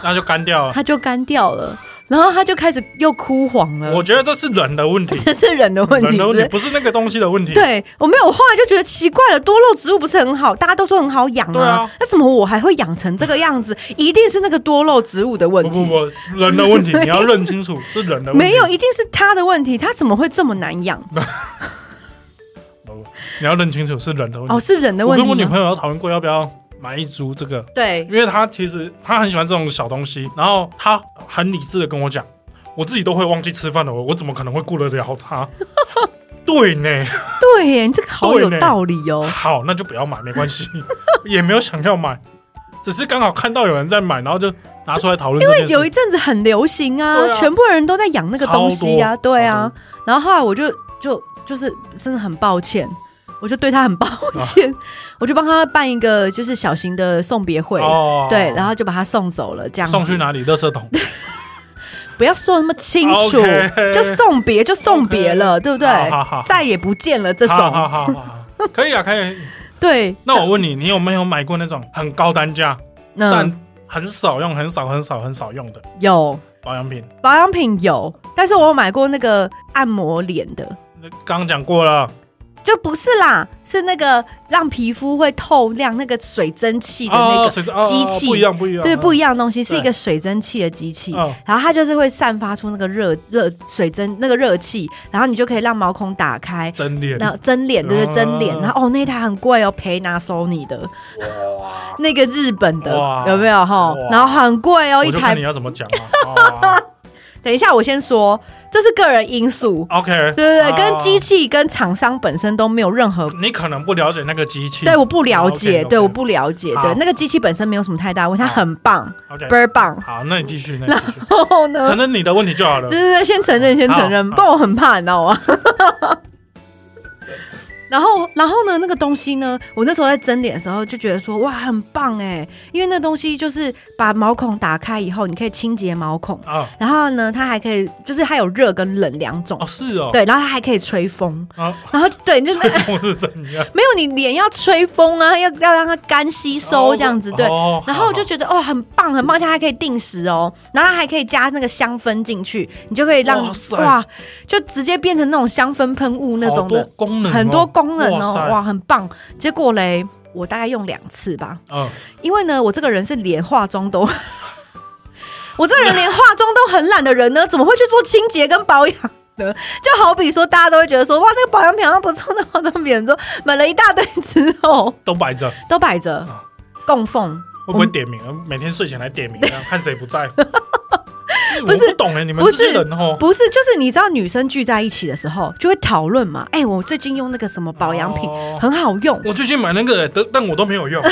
A: 那就干掉了。
B: 它就干掉了，然后它就开始又枯黄了
A: 我。觉得这是人的问题，
B: 这是人的嗯 问题
A: 人
B: 是
A: 的
B: 不
A: 问题
B: 是。
A: 不是那个东西的问题。
B: 对，我没有，我后来就觉得奇怪了，多肉植物不是很好，大家都说很好养
A: 对啊
B: 那怎么我还会养成这个样子？一定是那个多肉植物的问
A: 不
B: 题，
A: 不不，人的问题你要认清楚是嗯人的问题。
B: 没有，一定是它的问题，它怎么会这么难养？
A: 不，不你要认清楚是人的问题。
B: 哦，是人的
A: 我
B: 问题
A: 跟
B: 吗。
A: 我女朋友要讨论过要不要买一株这个，
B: 对
A: 因为她其实她很喜欢这种小东西，然后她很理智的跟我讲，我自己都会忘记吃饭了，我我怎么可能会顾得了 它？对呢，
B: 对耶，你这个好
A: 对
B: 有
A: 呢
B: 道理哦。
A: 好，那就不要买，没关系， 也没有想要买，只是刚好看到有人在买，然后就拿出来讨论这件事。
B: 有一阵子很流行啊，
A: 对啊
B: 全部人都在养那个东西啊，
A: 超多
B: 对啊。然后后来我就就就是真的很抱歉，我就对他很抱歉，
A: 啊
B: 我就帮他办一个就是小型的送别会。
A: 哦
B: 对，然后就把他送走了，这样子
A: 送去哪里？垃圾桶。
B: 不要说那么清楚
A: 啊 OK
B: 就送别就送别了 对不对
A: 好好好
B: 再也不见了这种。
A: 好好好好好，可以啊，可以。
B: 对，
A: 那我问你，你有没有买过那种很高单价，
B: 那嗯
A: 但很少用、很少、很少、很少用的
B: 有
A: 保养品？
B: 保养品有，但是我有买过那个按摩脸的，
A: 那刚刚讲过了，
B: 就不是啦，是那个让皮肤会透亮那个水蒸气的那
A: 哦
B: 个，
A: 水蒸哦
B: 机器
A: 不一样，不一样，
B: 对，不一
A: 样。
B: 样的东西，
A: 对
B: 是一个水蒸气的机器。
A: 嗯
B: 然后它就是会散发出那个热热水蒸那个热气，然后你就可以让毛孔打开，
A: 真脸
B: 然后蒸脸对对
A: 哦
B: 蒸脸，然后哦那一台很贵哦，陪拿 Sony 的，那个日本的
A: 哇
B: 有没有哈
A: 哇？
B: 然后很贵哦
A: 我
B: 一
A: 就看
B: 台
A: 你。要怎么讲啊。
B: 等一下我先说，这是个人因素，
A: 哦 OK，
B: 对对对，跟机
A: 器，
B: 器跟厂商本身都没有任何
A: 你可能不了解那个机器。哦
B: 对，我不了解，
A: OK，OK
B: 对，我不了解，
A: 好
B: 对，那个机器本身没有什么太大问题，它
A: 好哎
B: 很棒，
A: OK，
B: 倍儿 棒。哦
A: 好，那你继续，那你继续，
B: 然后呢，
A: 承认你的问题就好了
B: 对。对对，先承认，先承认，
A: 好
B: 不然我很怕，你知道吗？ 然后，然后呢？那个东西呢？我那时候在蒸脸的时候就觉得说，哇，很棒哎！因为那东西就是把毛孔打开以后，你可以清洁毛孔，
A: 啊，
B: 然后呢，它还可以就是它有热跟冷两种，
A: 哦，是哦，
B: 对，然后它还可以吹风，
A: 啊，
B: 然后对，就是
A: 吹风是怎样？
B: 没有你脸要吹风啊，要要让它干吸 收这样子，对。
A: 哦
B: 然后我就
A: 好
B: 觉得哦，很棒，很棒，它还可以定时哦，然后它还可以加那个香氛进去，你就可以让
A: 哇塞
B: 就直接变成那种香氛喷雾那种
A: 好多
B: 的，
A: 功能哦，
B: 很多功能
A: 哇
B: 哦，
A: 塞
B: 哇，很棒。结果嘞，我大概用两次吧，
A: 嗯，
B: 因为呢，我这个人是连化妆都， 我这个人连化妆都很懒的人呢，怎么会去做清洁跟保养？呢？就好比说，大家都会觉得说，哇，那个保养品好像不错，那个保养品说买了一大堆之后
A: 都摆着，
B: 都摆着
A: 啊
B: 供奉，
A: 会不会点名？每天睡前来点名，这样看谁不 在。不
B: 是
A: 我不懂哎，你们
B: 不
A: 这
B: 是
A: 些人哦，
B: 不是，就是你知道女生聚在一起的时候就会讨论嘛。哎、我最近用那个什么保养品、
A: 哦
B: 很好用，
A: 我最近买那个欸，但但我都没有用。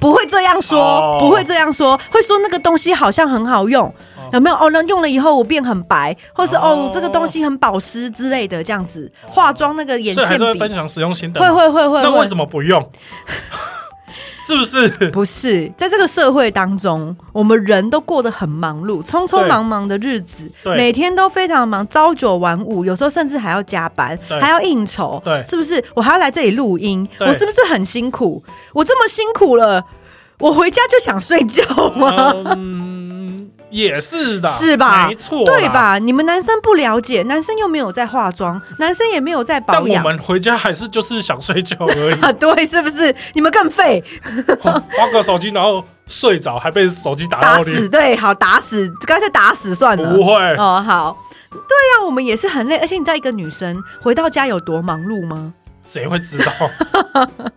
B: 不会这样说，
A: 哦
B: 不会这样说，会说那个东西好像很好用，
A: 哦
B: 有没有？哦，那用了以后我变很白，或是哦
A: 哦
B: 这个东西很保湿之类的，这样子化妆那个 眼
A: 所以还
B: 线
A: 是会
B: 笔，
A: 分享使用心得
B: 会
A: 嘛。
B: 会会会
A: 那为什
B: 会。
A: 么不用？ 是不 是？
B: 不是，在这个社会当中，我们人都过得很忙碌，匆匆
A: 对
B: 忙忙的日子，
A: 对
B: 每天都非常忙，朝九晚五，有时候甚至还要加班，
A: 对
B: 还要应酬，
A: 对
B: 是不是？我还要来这里录音，
A: 对
B: 我是不是很辛苦？我这么辛苦了，我回家就想睡觉
A: 啊
B: 吗？
A: 嗯，也是的，
B: 是吧
A: 没错，
B: 对？吧？你们男生不了解，男生又没有在化妆，男生也没有在
A: 但
B: 保
A: 我
B: 养。
A: 们回家还是就是想睡觉而已，
B: 啊，对，是不是？你们更废，
A: 花个手机然后睡着，还被手机打
B: 打
A: 到你
B: 死，对，好打死，干脆打死算 了。
A: 不会
B: 哦，好。但我们也是很累，而且你知道一个女生回到家有多忙碌吗？
A: 谁会知 道？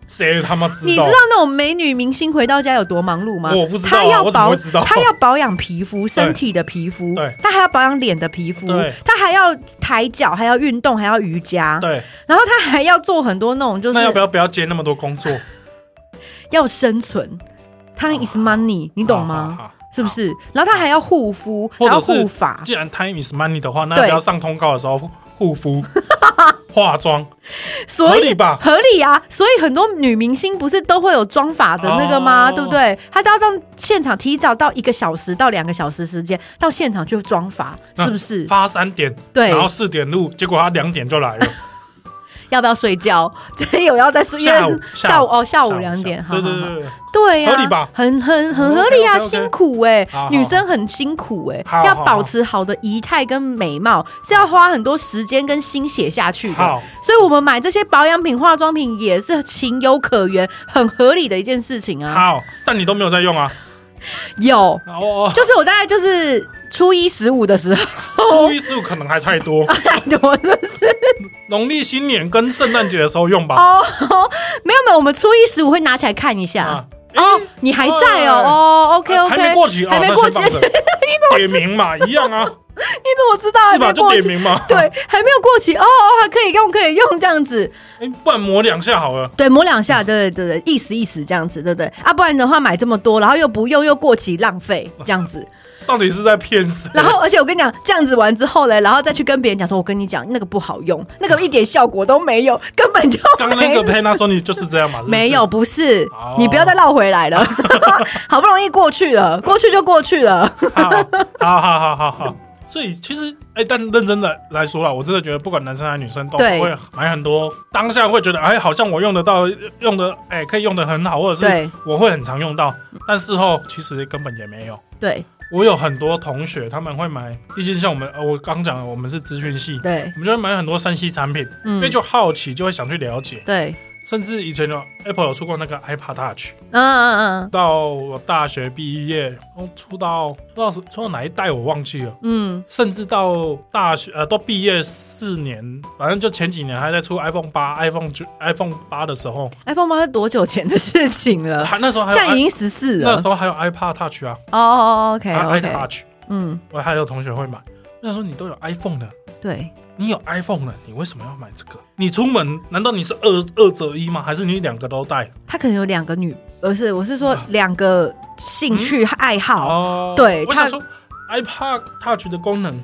A: 谁他妈知
B: 你知
A: 道
B: 道？那种美女明星回到家有多忙碌吗？
A: 我不知道啊
B: 她要
A: 我怎么
B: 保
A: 会知道
B: 她要保养皮肤、身体的皮肤
A: 对，
B: 她还要保养脸的皮肤
A: 对，
B: 她还要抬脚，还要运动，还要瑜伽，
A: 对，
B: 然后她还要做很多那种就是
A: 那要不要不要接那么多工作？
B: 要生存。Time is money，你懂
A: 好？
B: 吗？
A: 好好
B: 是不是？然后她还要护肤，还
A: 啊或
B: 要
A: 者是
B: 护发，
A: 既然 time is money 的话，那要
B: 对
A: 不要上通告的时候护肤、化妆，
B: 所
A: 合
B: 以
A: 理吧？
B: 合理啊，所以很多女明星不是都会有妆法的那个吗？
A: 哦
B: 对不对？她都要到现场提早到一个小时到两个小时时间到现场去妆发，
A: 那
B: 是不是？
A: 发三点，
B: 对
A: 然后四点录，结果他两点就来了，
B: 要不要睡觉？ 这有要再睡？
A: 下午
B: 因为
A: 下午
B: 下午哦， 下午
A: 下午
B: 两点，
A: 下
B: 好
A: 午对对
B: 好好
A: 对对，
B: 对呀、
A: 合理吧
B: 很很很合理啊，
A: OK，OK，OK
B: 辛苦哎、
A: 好好好
B: 女生很辛苦哎、
A: 好好
B: 要
A: 好
B: 保持好的仪态跟美貌，是要花很多时间跟心血下去
A: 对
B: 的。
A: 好，
B: 所以，我们买这些保养品、化妆品也是情有可原、很合理的一件事情啊。
A: 好，但你都没有在用啊。
B: 有，
A: 哦，
B: 就是我大概就是初一十五的时 候，
A: 初一十五可能还太 多，
B: 太多是不是？
A: 农历新年跟圣诞节的时候用吧。啊
B: 哦，没有没有，我们初一十五会拿起来看一下。
A: 啊，
B: 哦，你还在
A: 哎
B: 哦，哦，OK
A: 还
B: OK，
A: 没过期，哦
B: 还没
A: 那
B: 过
A: 先
B: 期，
A: 放着点名嘛，一样啊，
B: 你怎么知道 还
A: 是吧？
B: 没
A: 就
B: 过
A: 点
B: 期？
A: 名啊嘛。
B: 对，还没有过期哦哦，还可以用，可以用这样子，
A: 哎，不然磨两下好了。
B: 对，抹两下，对对对，对意思意思这样子，对不对？啊，不然的话买这么多，然后又不用，又过期浪费这样子。
A: 到底是在骗谁？
B: 然后，而且我跟你讲，这样子完之后嘞，然后再去跟别人讲说，我跟你讲那个不好用，那个一点效果都没有，根本就
A: 刚刚那
B: 没
A: 个 Panasonic 就是这样嘛？是不是
B: 没有，，不是
A: 哦，
B: 你不要再绕回来了， 好不容易过去了，过去就过去了。
A: 好，好，好，好，好，好。所以其实，哎、但认真的来说啦，我真的觉得不管男生还是女生，都
B: 对
A: 会买很多。当下会觉得，哎，好像我用得到，用的，哎、可以用的很好，或者是
B: 对
A: 我会很常用到。但事后其实根本也没有。
B: 对
A: 我有很多同学，他们会买，毕竟像我们，呃我刚讲了，我们是资讯系，
B: 对，
A: 我们就会买很多山西产品，因为
B: 嗯，
A: 就好奇，就会想去了解。
B: 对，
A: 甚至以前有 Apple 有出过那个 iPad Touch，
B: 嗯嗯嗯
A: 到我大学毕业，哦出到出到是出到哪一代我忘记了，
B: 嗯，
A: 甚至到大学呃都毕业四年，反正就前几年还在出 iPhone 八、iPhone 九、iPhone 八的时候，啊
B: iPhone 八是多久前的事情了？
A: 还那时候还
B: 呃现
A: 有
B: 在已
A: i,
B: 经十四了
A: 那。时候还有 iPad Touch 啊
B: 哦哦，OK
A: 啊
B: OK，
A: iTouch，
B: 嗯，
A: 我还有同学会买。那时候你都有 iPhone 了，
B: 对，
A: 你有 iPhone 了，你为什么要买这个？你出门难道你是二二择一吗？还是你两个都带？
B: 他可能有两个女，不是，我是说两个兴趣爱好，
A: 哦
B: 对
A: 我想
B: 它
A: 说 iPad Touch 的功能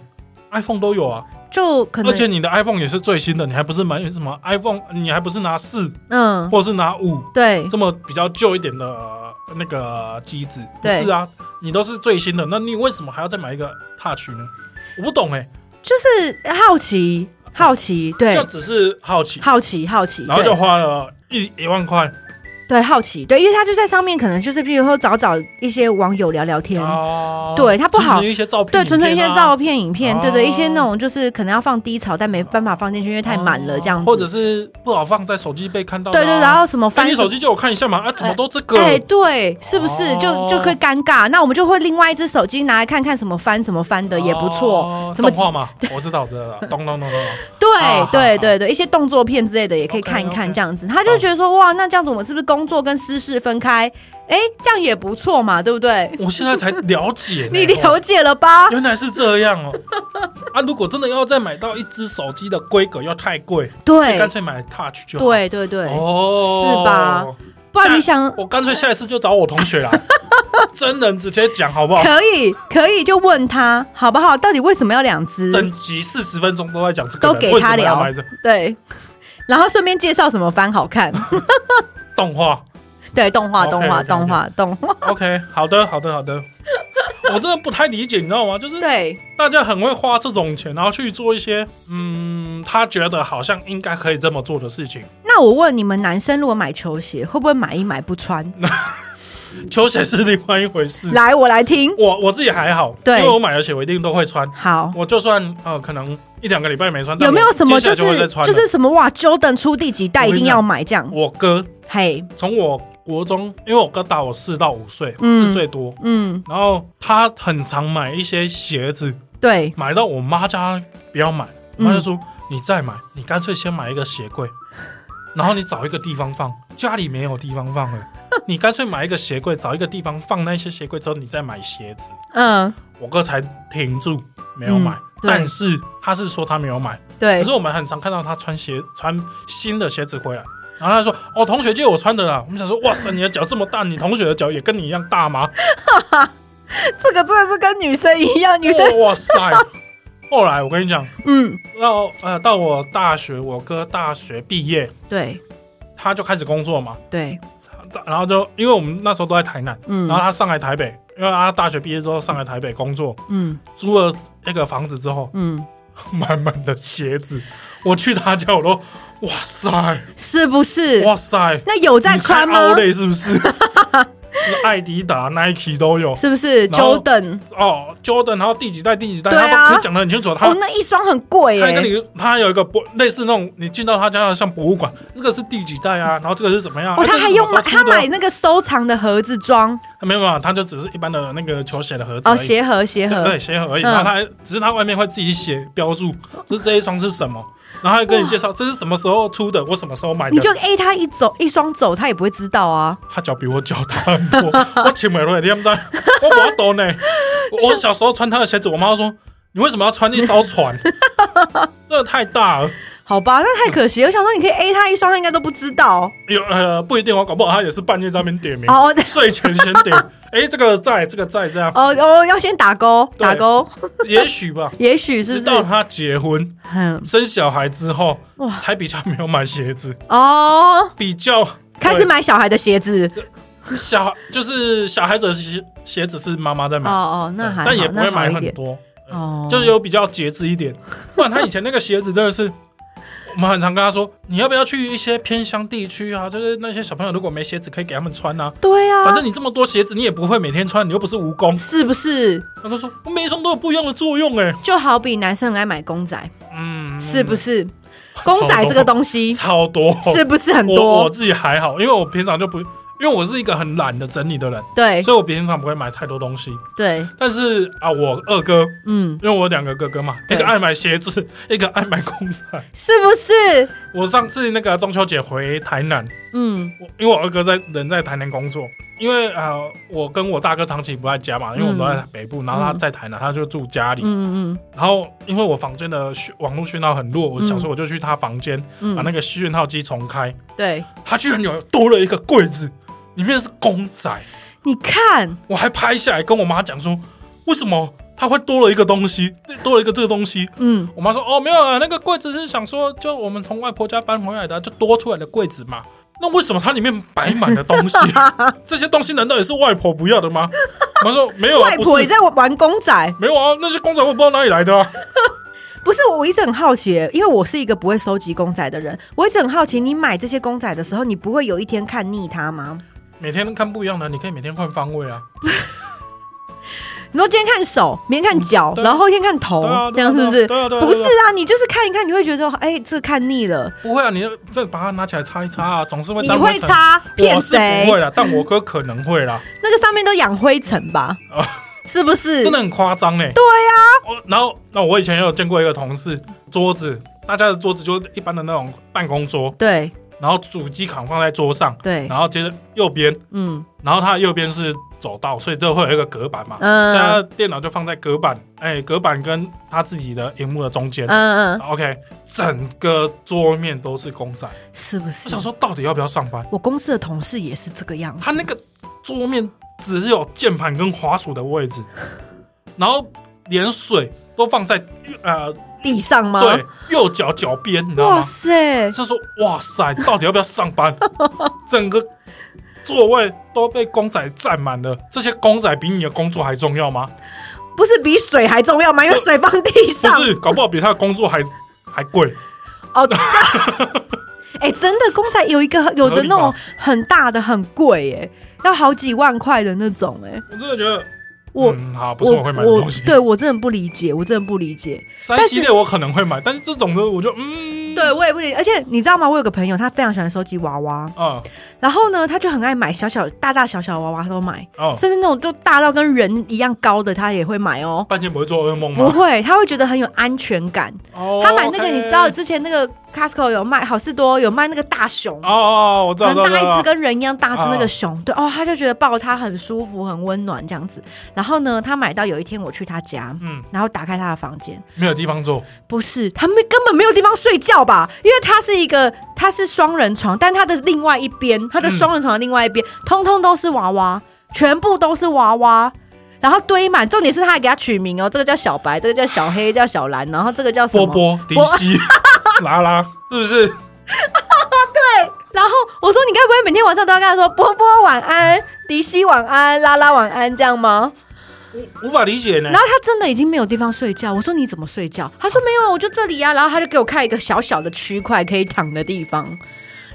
A: ，iPhone 都有啊，
B: 就可能
A: 而且你的 iPhone 也是最新的，你还不是买什么 iPhone，你还不是拿四
B: 嗯，
A: 或是拿五
B: 对
A: 这么比较旧一点的呃那个机子？不
B: 对
A: 是啊，你都是最新的，那你为什么还要再买一个 Touch 呢？我不懂哎、
B: 就是好奇，好奇，对
A: 就，只是好奇，
B: 好奇，好奇，
A: 然后
B: 对
A: 就花了一一万块
B: 对，好奇，对，因为他就在上面，可能就是譬如说找找一些网友聊聊天，
A: 哦，
B: 对它不好
A: 存存一些照片、
B: 对，纯粹一些
A: 影片啊
B: 照片、影片，对对，一些那
A: 哦
B: 种就是可能要放低潮，但没办法放进去，因为太满了这样子，
A: 或者是不好放在手机被看到的啊、
B: 对对，然后什么
A: 翻
B: 翻
A: 你手。机借我看一下嘛，啊，怎么都这个？
B: 哎，对，是不是就
A: 哦
B: 就会尴尬？那我们就会另外一只手机拿来看看什么翻什么翻的也不错。
A: 哦
B: 什么
A: 动画 嘛，我知道，我知道，咚咚咚咚咚。好
B: 对
A: 啊好
B: 对
A: 好
B: 对对，一些动作片之类的也可以
A: OK，
B: 看一看
A: OK
B: 这样子。他就觉得说，哇，那这样子我们是不是工作跟私事分开？哎，这样也不错嘛，对不对？
A: 我现在才了解呢，
B: 你了解了吧
A: 哦？原来是这样哦。啊，如果真的要再买到一只手机的规格又太贵，所以
B: 对
A: 干脆买 Touch 就好。
B: 对对对，
A: 哦，
B: 是吧？不然你想
A: 我干脆下一次就找我同学 啦，真人直接讲好不好？
B: 可以，可以就问他好不好？到底为什么要两只？
A: 整集四十分钟都在讲这个人，
B: 都给
A: 为
B: 他
A: 什么要
B: 聊
A: 买这
B: 对，然后顺便介绍什么番好看？
A: 动画。
B: 对，动画，
A: OK，
B: 动画，
A: OK，OK
B: 动画，动画。
A: OK，好的，好的，好的。我真的不太理解，你知道吗？就是
B: 对，
A: 大家很会花这种钱，然后去做一些嗯，他觉得好像应该可以这么做的事情。
B: 那我问你们，男生如果买球鞋，会不会买一买不穿？
A: 嗯球鞋是另外一回事，
B: 来，我来听。
A: 我我自己还好，
B: 对
A: 因为我买的鞋我一定都会穿，
B: 好，
A: 我就算呃可能一两个礼拜没穿，但
B: 有没有
A: 啊我
B: 什么
A: 接下
B: 就
A: 来会
B: 是
A: 再穿了
B: 就是什么哇，Jordan 出第几代
A: 我
B: 一
A: 跟你
B: 定
A: 讲
B: 要买这样？
A: 我哥
B: 嘿，
A: 从我国中，因为我哥大我四到五岁，
B: 嗯
A: 四岁多，
B: 嗯，
A: 然后他很常买一些鞋子，
B: 对，
A: 买到我妈家不要买，
B: 嗯
A: 我妈就说、你再买，你干脆先买一个鞋柜，然后你找一个地方放，家里没有地方放了，你干脆买一个鞋柜，找一个地方放那些鞋柜之后，你再买鞋子。
B: 嗯，
A: 我哥才停住没有买，
B: 嗯对
A: 但是他是说他没有买，
B: 对
A: 可是，我们很常看到他穿鞋穿新的鞋子回来。然后他说：“哦，同学借我穿的啦。”我们想说：“哇塞，你的脚这么大，你同学的脚也跟你一样大 吗？”
B: 这个真的是跟女生一样，女生，
A: 哇塞！后来我跟你讲，
B: 嗯，
A: 到呃到我大学，我哥大学毕业，
B: 对
A: 他就开始工作嘛，
B: 对，
A: 他然后就因为我们那时候都在台南，
B: 嗯
A: 然后他上来台北，因为他大学毕业之后上来台北工作，
B: 嗯
A: 租了那个房子之后，
B: 嗯，
A: 满满的鞋子，我去他家我都哇塞
B: 是不是？
A: 哇塞，
B: 那有在穿吗？
A: 类是不是？艾迪达、Nike 都有
B: 是不是
A: 然后
B: ？Jordan，
A: 哦，Jordan，然后第几代、第几代，
B: 对啊
A: 他都可以讲的很清楚，他
B: 哦，那一双很贵
A: 他跟
B: 耶，
A: 你，他有一个博类似那种，你进到他家的像博物馆，这个是第几代啊？然后这个是怎么样？
B: 哦，
A: 哎
B: 他还用
A: 这是什么时候
B: 买，他
A: 出的
B: 买那个收藏的盒子装，
A: 没有没有，他就只是一般的那个球鞋的盒子而
B: 哦，
A: 已
B: 鞋盒鞋
A: 对
B: 盒
A: 对，，鞋盒而已。
B: 嗯
A: 然后他只是他外面会自己写标注，是这一双是什么，然后还跟你介绍这是什么时候出的，我什么时候买的。
B: 你就 A 他一走一双走，他也不会知道啊。
A: 他脚比我脚大很多，我请美瑞，你们知道？ 我不懂 呢。我我小时候穿他的鞋子，我妈说你为什么要穿一艘船？ 这个太大了。
B: 好吧，那太可惜了。我想说，你可以 A 他一双，他应该都不知道。
A: 有呃不一定哦，我搞不好他也是半夜在那边点名。
B: 哦
A: 睡前先 点，哎、这个在，这个在，这样，
B: 哦哦，要先打勾，
A: 对
B: 打勾，
A: 也许吧。
B: 也许是
A: 直
B: 不
A: 到
B: 是？
A: 他结婚
B: 嗯，
A: 生小孩之后，
B: 哇
A: 还比较没有买鞋子，
B: 哦，
A: 比较
B: 开始买小孩的鞋子。
A: 对小，就是小孩子的鞋鞋子是妈妈在
B: 哦
A: 买，
B: 哦，那
A: 对
B: 还好，
A: 但也不会
B: 那好
A: 买
B: 一
A: 很
B: 点。
A: 多，
B: 哦，
A: 就是有比较节制一点。 不然他以前那个鞋子真的是，我们很常跟他说，你要不要去一些偏乡地区啊？就是那些小朋友如果没鞋子，可以给他们穿啊。
B: 对啊，
A: 反正你这么多鞋子，你也不会每天穿，你又不是蜈蚣。
B: 是不是
A: 他就说，每一双都有不一样的作用、哎，
B: 就好比男生很爱买公仔，
A: 嗯，
B: 是不
A: 是
B: 是？公仔这个东西
A: 超多？
B: 是不是很
A: 我我
B: 多？
A: 自己还好，因为我平常就不，因为我是一个很懒的整理的人，
B: 对
A: 所以我平常不会买太多东西。
B: 对，
A: 但是啊，我二哥，
B: 嗯，
A: 因为我有两个哥哥嘛，一
B: 对
A: 个爱买鞋子，一个爱买公仔。
B: 是不是？
A: 我上次那个中秋节回台南，
B: 嗯
A: 我因为我二哥在人在台南工作，因为啊、呃我跟我大哥长期不在家嘛，因为我们都在北部，然后他在台南，他就住家里。
B: 嗯嗯嗯
A: 然后因为我房间的讯网络讯号很弱，我
B: 嗯
A: 想说我就去他房间、
B: 嗯
A: 把
B: 嗯，
A: 那个讯号机重开，
B: 对，
A: 他居然有多了一个柜子，里面是公仔，
B: 你看，
A: 我还拍下来跟我妈讲说，为什么他会多了一个东西，多了一个这个东西。
B: 嗯，
A: 我妈说哦没有啊，那个柜子是想说就我们从外婆家搬回来的，就多出来的柜子嘛。那为什么它里面摆满了 东西？这些东西难道也是外婆不要的吗？我妈说没有啊，
B: 外
A: 不
B: 婆
A: 是
B: 也在玩公仔，
A: 没有啊，那些公仔我也不知道哪里来的啊。
B: 不是？我一直很好奇，因为我是一个不会收集公仔的人，我一直很好奇，你买这些公仔的时候，你不会有一天看腻它吗？
A: 每天看不一样的，你可以每天换方位啊。
B: 你说今天看手，明天看脚
A: 嗯，对啊
B: 然后后天看头
A: 对啊，，
B: 哦这
A: 对啊
B: 样是不是？
A: 对啊，对啊对啊
B: 不是
A: 对啊
B: 啊，你就是看一看，你会觉得说，哎，这看腻了，
A: 不会啊，你这把它拿起来擦一擦啊，总是会
B: 你
A: 沾
B: 会
A: 灰尘
B: 擦骗
A: 我是
B: 谁
A: 不？会啦，但我哥可能会啦，
B: 那个上面都养灰尘吧
A: 哦？
B: 是不是？
A: 真的很夸张呢。
B: 对啊
A: 呀、我然后那我以前也有见过一个同事，桌子大家的桌子就是一般的那种办公桌，
B: 对
A: 然后主机扛放在桌上，
B: 对，
A: 然后接着右边，
B: 嗯
A: 然后它的右边是走道，所以这会有一个隔板嘛，所以他
B: 嗯
A: 的电脑就放在隔板，哎、隔板跟他自己的荧幕的中间。
B: 嗯嗯，
A: OK，整个桌面都是公仔。
B: 是不
A: 我
B: 是
A: 想？说，到底要不要上班？
B: 我公司的同事也是这个样子
A: 他，那个桌面只有键盘跟滑鼠的位置，然后连水都放在呃
B: 地上吗？
A: 对右脚脚边，你知道
B: 哇
A: 吗？
B: 塞，
A: 就说哇塞，到底要不要上班？ 整个座位都被公仔占满了，这些公仔比你的工作还重要吗？
B: 不是比水还重要吗？因为水放地
A: 不
B: 上。
A: 是，搞不好比他的工作还还贵。
B: 哦， 哎、真的公仔有一个有的那
A: 合理
B: 种
A: 吧
B: 很大的很贵耶，要好几万块的那种哎，
A: 我真的觉得，
B: 我。
A: 嗯，好，不
B: 我
A: 是我会买的
B: 我
A: 东西。
B: 对我真的不理解，我真的不理解。
A: 三
B: 但是
A: 系列我可能会买，但是这种的我就嗯，
B: 对我也不理解。而且你知道吗？我有个朋友，他非常喜欢收集娃娃，
A: 啊
B: 然后呢，他就很爱买小小、大大小小的娃娃，他都买，
A: 哦，
B: 甚至那种就大到跟人一样高的，他也会买哦。
A: 半天不会做噩梦
B: 不
A: 吗？
B: 会，他会觉得很有安全感。
A: 嗯哦
B: 他买那个，你
A: OK
B: 知道之前那个 Costco 有卖，好事多有卖那个大熊
A: 哦，哦，哦我知道，
B: 很
A: 知道，知
B: 大一只
A: 道。啊
B: 跟人一样大只那个熊，对哦，他就觉得抱它很舒服、很温暖这样子。然后呢，他买到有一天我去他家，
A: 嗯，
B: 然后打开他的房间，
A: 没有地方坐，
B: 不是他们根本没有地方睡觉吧？因为他是一个他是双人床，但他的另外一边，他的双人床的另外一边，通通都是娃娃，全部都是娃娃。然后堆满，重点是他还给他取名哦，这个叫小白，这个叫小黑，叫小蓝，然后这个叫什么
A: 波？波、迪西、拉拉，是不是？
B: 然后我说：“你该不会每天晚上都要跟他说波波晚安，迪西晚安，拉拉晚安这样吗
A: 无法理解？”呢
B: 然。后他真的已经没有地方睡觉。我说：“你怎么睡觉？”他说：“没有啊，我就这里呀、啊。”然后他就给我看一个小小的区块可以躺的地方。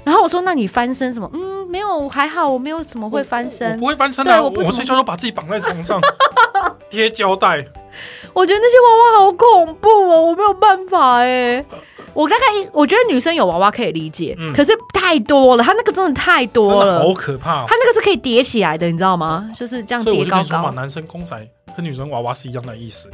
B: 然后我说：“那你翻身什么？”嗯，没有，还好，我没有什么会翻
A: 我
B: 身。
A: 不会翻身
B: 对
A: 啊！
B: 我不
A: 我
B: 怎么
A: 睡觉都把自己绑在床 上，贴胶带。
B: 我觉得那些娃娃好恐怖哦，我没有办法哎。我大概一，我觉得女生有娃娃可以理解，
A: 嗯
B: 可是太多了，他那个真的太
A: 真
B: 多
A: 的
B: 了
A: 好。可怕、哦。
B: 他那个是可以叠起来的，你知道吗？就是这样
A: 所以我就
B: 叠
A: 跟
B: 高
A: 你说嘛，
B: 高，
A: 男生公仔跟女生娃娃是一样的意思，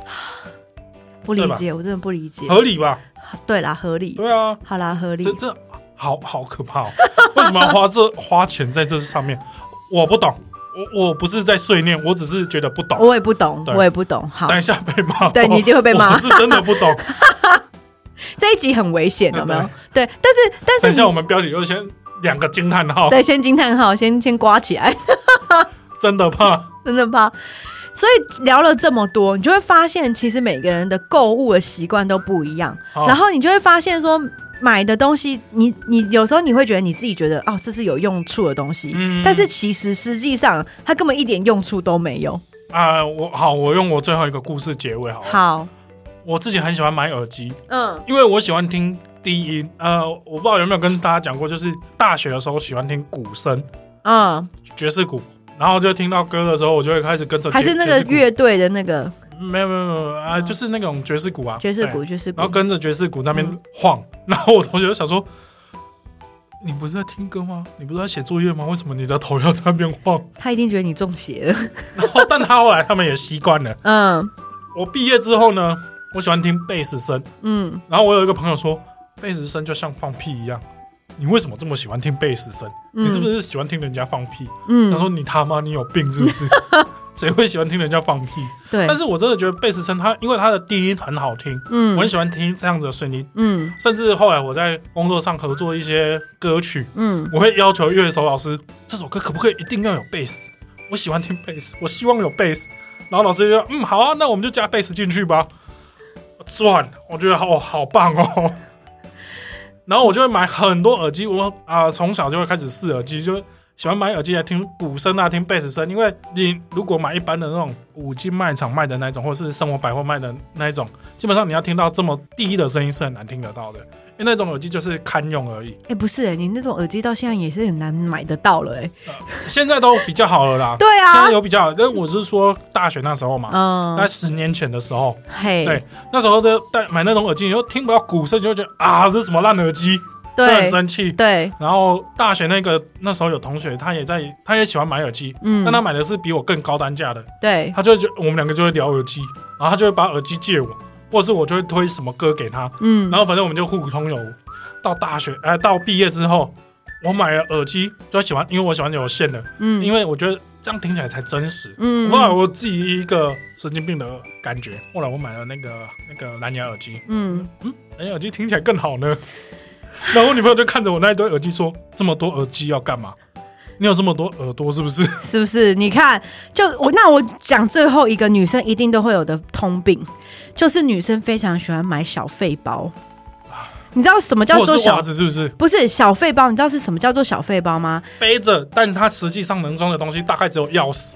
B: 不理解，我真的不理解。
A: 合理吧？
B: 对啦，合理。
A: 对啊，
B: 好啦，合理
A: 这。这好好可怕、哦。为什么要花这 花钱在这上面？我不懂，我我不是在碎念，我只是觉得不懂。
B: 我也不懂，
A: 对
B: 我也不懂。好，
A: 等一下被骂，哦
B: 对你一定会被骂
A: 我是真的不 懂。
B: 这一集很危险，有没有
A: 对？
B: 对，但是但是
A: 等一
B: 你
A: 下我们标题就先两个惊叹号，
B: 对，先惊叹号，先先刮起来，
A: 真的怕。
B: 真的吧？所以聊了这么多，你就会发现，其实每个人的购物的习惯都不一样，
A: 好
B: 然后你就会发现说。买的东西，你你有时候你会觉得你自己觉得哦，这是有用处的东西，
A: 嗯
B: 但是其实实际上它根本一点用处都没有。
A: 啊、我好，我用我最后一个故事结尾好了。
B: 好，
A: 我自己很喜欢买耳机，
B: 嗯，
A: 因为我喜欢听低音。呃，我不知道有没有跟大家讲过，就是大学的时候喜欢听鼓声，
B: 嗯，
A: 爵士鼓。然后就听到歌的时候，我就会开始跟着爵。
B: 还是那个
A: 爵士鼓
B: 乐队的那个
A: 没有没有没有啊、
B: 嗯
A: 就是那种爵士鼓啊，
B: 爵士
A: 对。
B: 鼓，爵士鼓
A: 然后，跟着爵士鼓那边晃，然后我同学就想说：“你不是在听歌吗？你不是在写作业吗？为什么你的头要在那边晃
B: 他一定觉得你中邪了。？”
A: 然后，但他后来他们也习惯了。
B: 嗯
A: 我毕业之后呢，我喜欢听贝斯声，
B: 嗯，
A: 然后我有一个朋友说，贝斯声就像放屁一样。你为什么这么喜欢听贝斯声？你是不
B: 是？
A: 是喜欢听人家放屁？他
B: 嗯，
A: 说你他妈你有病是不 是？谁会喜欢听人家放屁？
B: 对
A: 但，是我真的觉得贝斯声它因为它的低音很好听，
B: 嗯
A: 我很喜欢听这样子的声音。
B: 嗯
A: 甚至后来我在工作上合作一些歌曲，
B: 嗯
A: 我会要求乐手老师这首歌可不可以一定要有贝斯？我喜欢听贝斯，我希望有贝斯。然后老师就说嗯好啊，那我们就加贝斯进去吧。赚，我觉得好好棒哦。 然后我就会买很多耳机，我啊从、小就会开始试耳机，就喜欢买耳机来听鼓声啊，听贝斯声。因为你如果买一般的那种五金卖场卖的那一种，或者是生活百货卖的那一种，基本上你要听到这么低的声音是很难听得到的，因为那种耳机就是堪用而已。
B: 哎、不是、欸，你那种耳机到现在也是很难买得到了、欸，哎，
A: 现在都比较好了啦，
B: 对
A: 现在
B: 啊，
A: 有比较好，但我是说大学那时候嘛，啊那
B: 嗯，
A: 十年前的时候，
B: 嘿，
A: 对那时候的戴买那种耳机，你又听不到鼓声，你就会觉得啊，这是什么烂耳机，就很
B: 对
A: 生气。
B: 对，
A: 然后大学那个那时候有同学，他也在，他也喜欢买耳机，
B: 嗯
A: 但，他买的是比我更高单价的，
B: 对，
A: 他就会觉我们两个就会聊耳机，然后他就会把耳机借我，或者是我就会推什么歌给他，
B: 嗯
A: 然，后反正我们就互通有无。到大学，哎、到毕业之后，我买了耳机，就喜欢，因为我喜欢有线的，
B: 嗯，
A: 因
B: 为，
A: 为我觉得这样听起来才真实。
B: 嗯，
A: 后来我自己一个神经病的感觉，后来我买了那个那个蓝牙耳机，
B: 嗯，
A: 蓝牙耳机听起来更好呢。 然后我女朋友就看着我那一堆耳机说：“这么多耳机要干嘛？你有这么多耳朵是不是
B: 是不是？你看，就我那我讲最后一个女生一定都会有的通病，就是女生非常喜欢买小费包。你知道什么？叫
A: 或者
B: 做
A: 啊是袜
B: 小？
A: 子是不是？
B: 不是小费包，你知道是什么叫做小费包吗？
A: 背着，但它实际上能装的东西大概只有钥匙，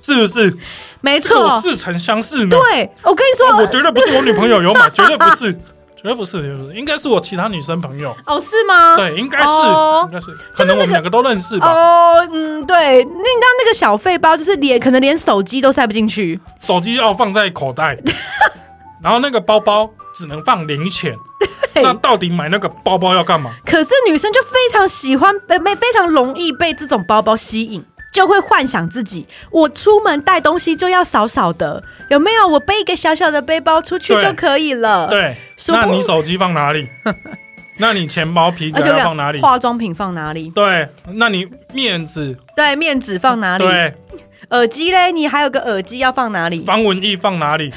A: 是不是？
B: 没
A: 这个我
B: 错，
A: 似曾相识呢。
B: 对我跟你说，
A: 我绝对不是我女朋友有买，绝对不是，绝对不是，绝对不是应该是我其他女生朋友。
B: 哦，是 吗？
A: 对，应该是，
B: 哦
A: 应该是，可能我们两个都认识吧。
B: 哦，嗯，对，那你知道那个小费包就是连可能连手机都塞不进去，
A: 手机要放在口袋，然后那个包包只能放零钱，那到底买那个包包要干嘛？
D: 可是
B: 女生就非常喜欢，呃，没非常容易被这种包包吸引，就会幻想自己，我出门带东西就要少少的，有没有？我背一个小小的背包出去
A: 对
B: 就可以了。，
A: 对，
B: 殊不
A: 那你手机放哪 里？那你钱包、皮夹
B: 而且我
A: 要
B: 讲
A: 放哪里？
B: 化妆品放哪里？
A: 对，那你面子，
B: 对，面纸放哪里？
A: 对，
B: 耳机嘞，你还有个耳机要放哪里？
A: 防蚊液放哪里？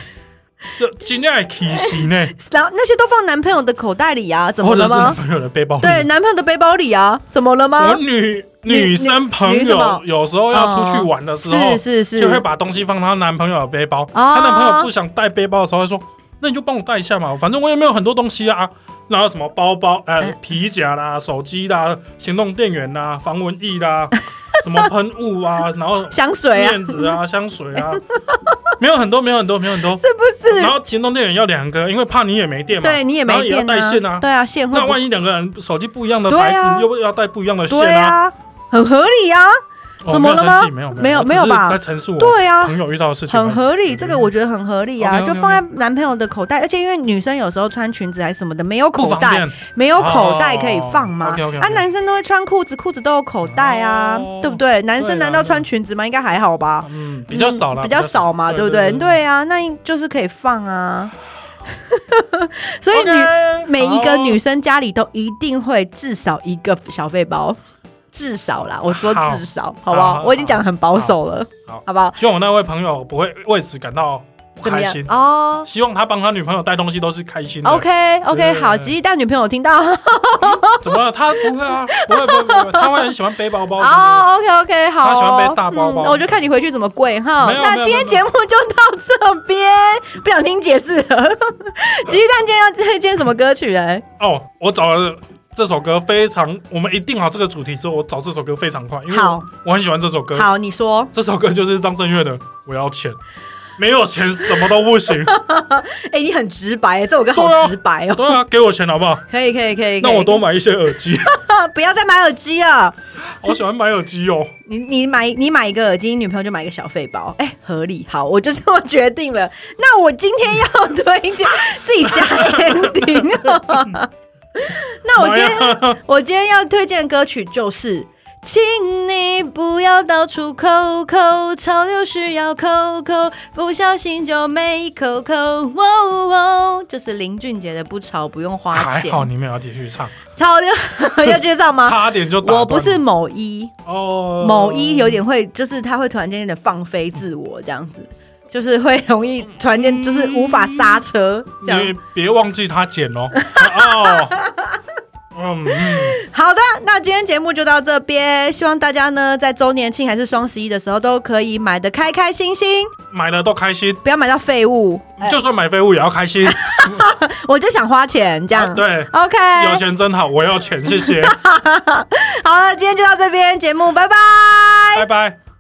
A: 这今天还提醒 呢，
B: 然后那些都放男朋友的口袋里啊，怎么
A: 或者
B: 了
A: 是男
B: 吗？
A: 朋友的背包里。
B: 对，男朋友的背包里啊，怎么了
A: 我
B: 吗？
A: 女
B: 女
A: 女生朋
B: 女什么哦
A: 友有时候要出去玩的时候
B: 是，是是，
A: 就会把东西放她男朋友的背包。
B: 啊
A: 她男朋友不想带背包的时候，会说：“那你就帮我带一下嘛，反正我也没有很多东西啊。”然后什么包包、呃
B: 嗯
A: 皮夹啦、手机啦、行动电源啦、防蚊液 啦、什么喷雾啊，然后
B: 香水啊，
A: 面子啊、香水啊，没有很多，没有很多，没有很多。
B: 是不
A: 然
B: 是？
A: 后行动电源要两个，因为怕你也没电嘛，
B: 对你也
A: 然后
B: 没
A: 要
B: 电
A: 带线啊。
B: 对啊，线会
A: 那
B: 不
A: 万一两个人手机不一样的
B: 对
A: 牌
B: 啊
A: 子，又不要带不一样的线
B: 对
A: 啊？
B: 啊，很合理呀、啊，
A: 哦
B: 怎么了吗
A: 没有生气
B: 没
A: 没
B: 有
A: 有
B: 没有
A: 我只是
B: 吧
A: 在陈述我
B: 对啊，
A: 朋友遇到的事情而已，
B: 很合理，这个我觉得很合理啊，
A: OK，OK，OK
B: 就放在男朋友的口袋，而且因为女生有时候穿裙子还是什么的，没有
A: 不
B: 口
A: 方
B: 袋，
A: 便。
B: 没有口袋可以放嘛。
A: 哦，OK，OK，OK
B: 啊，男生都会穿裤子，裤子都有口袋啊，
A: 哦
B: 对不对？男
A: 对
B: 生
A: 啦
B: 难道穿裙子吗？应该还好吧，
A: 嗯，比较少了，
B: 嗯比较少嘛，对不对？对啊，那就是可以放啊。 所以女
A: OK，
B: 每一个
A: 好
B: 女生家里都一定会至少一个小背包，至少啦，我说
A: 好
B: 至少，好不好
A: 好？
B: 我已经讲得很保守了，
A: 好
B: 好不好？
A: 希望我那位朋友不会为此感到不
B: 怎么
A: 开
B: 样
A: 心？。
B: 哦
A: 希望他帮他女朋友带东西都是开心的。
B: ，OK
A: 对哦
B: OK，好，吉利带女朋友听到
A: 怎么了？他不会啊，不会不会不会，他会很喜欢背包包。
B: 哦，OK OK，好哦，
A: 他喜欢背大包包
B: 嗯我就看你回去怎么跪哈。
A: 没有
B: 那
A: 没有
B: 今天节目就到这边，不想听解释 了。吉利蛋今天要推荐什么歌曲？哎，
A: 哦，我找了这首歌非常，我们一定好这个主题之后，我找这首歌非常快，因为
B: 好
A: 我我很喜欢这首歌。
B: 好，你说，
A: 这首歌就是张震岳的《我要钱》，没有钱什么都不行。
B: 哎，你很直白，这首歌
A: 对
B: 好
A: 啊
B: 直白 哦。
A: 对啊，给我钱好不 好？
B: 可以可以可以，可以啊
A: 那我多买一些耳机，
B: 不要再买耳机了。
A: 好喜欢买耳机哦。
B: 你你买你买一个耳机，女朋友就买一个小费包，哎、合理。好，我就这么决定了。那我今天要推荐自己加 ending。那我
A: 啊
B: 今天我今天要推荐的歌曲就是。请你不要到处抠抠，潮流需要抠抠，不小心就没抠抠。哦哦，就是林俊杰的《不潮不用花
A: 还
B: 钱
A: 好》，你们要继续唱，
B: 潮流 要介绍吗？
A: 差点就打断
B: 啊我不是某一，
A: 哦，
B: 某一有点会，就是他会突然间有点放飞自我这样子，就是会容易突然间就是无法刹车这
A: 你
B: 样。
A: 别忘记他剪 哦。哦，嗯嗯，
B: 好的，那今天节目就到这边，希望大家呢在周年庆还是双十一的时候都可以买的开开心心，
A: 买了都开心，
B: 不要买到废物。哎
A: 就算买废物也要开心。
B: 我就想花钱这样。
A: 啊对
B: OK，
A: 有钱真好，
B: 哎
A: 我要钱，谢谢，
B: 好了，今天就到这边，节目拜拜
A: 拜拜。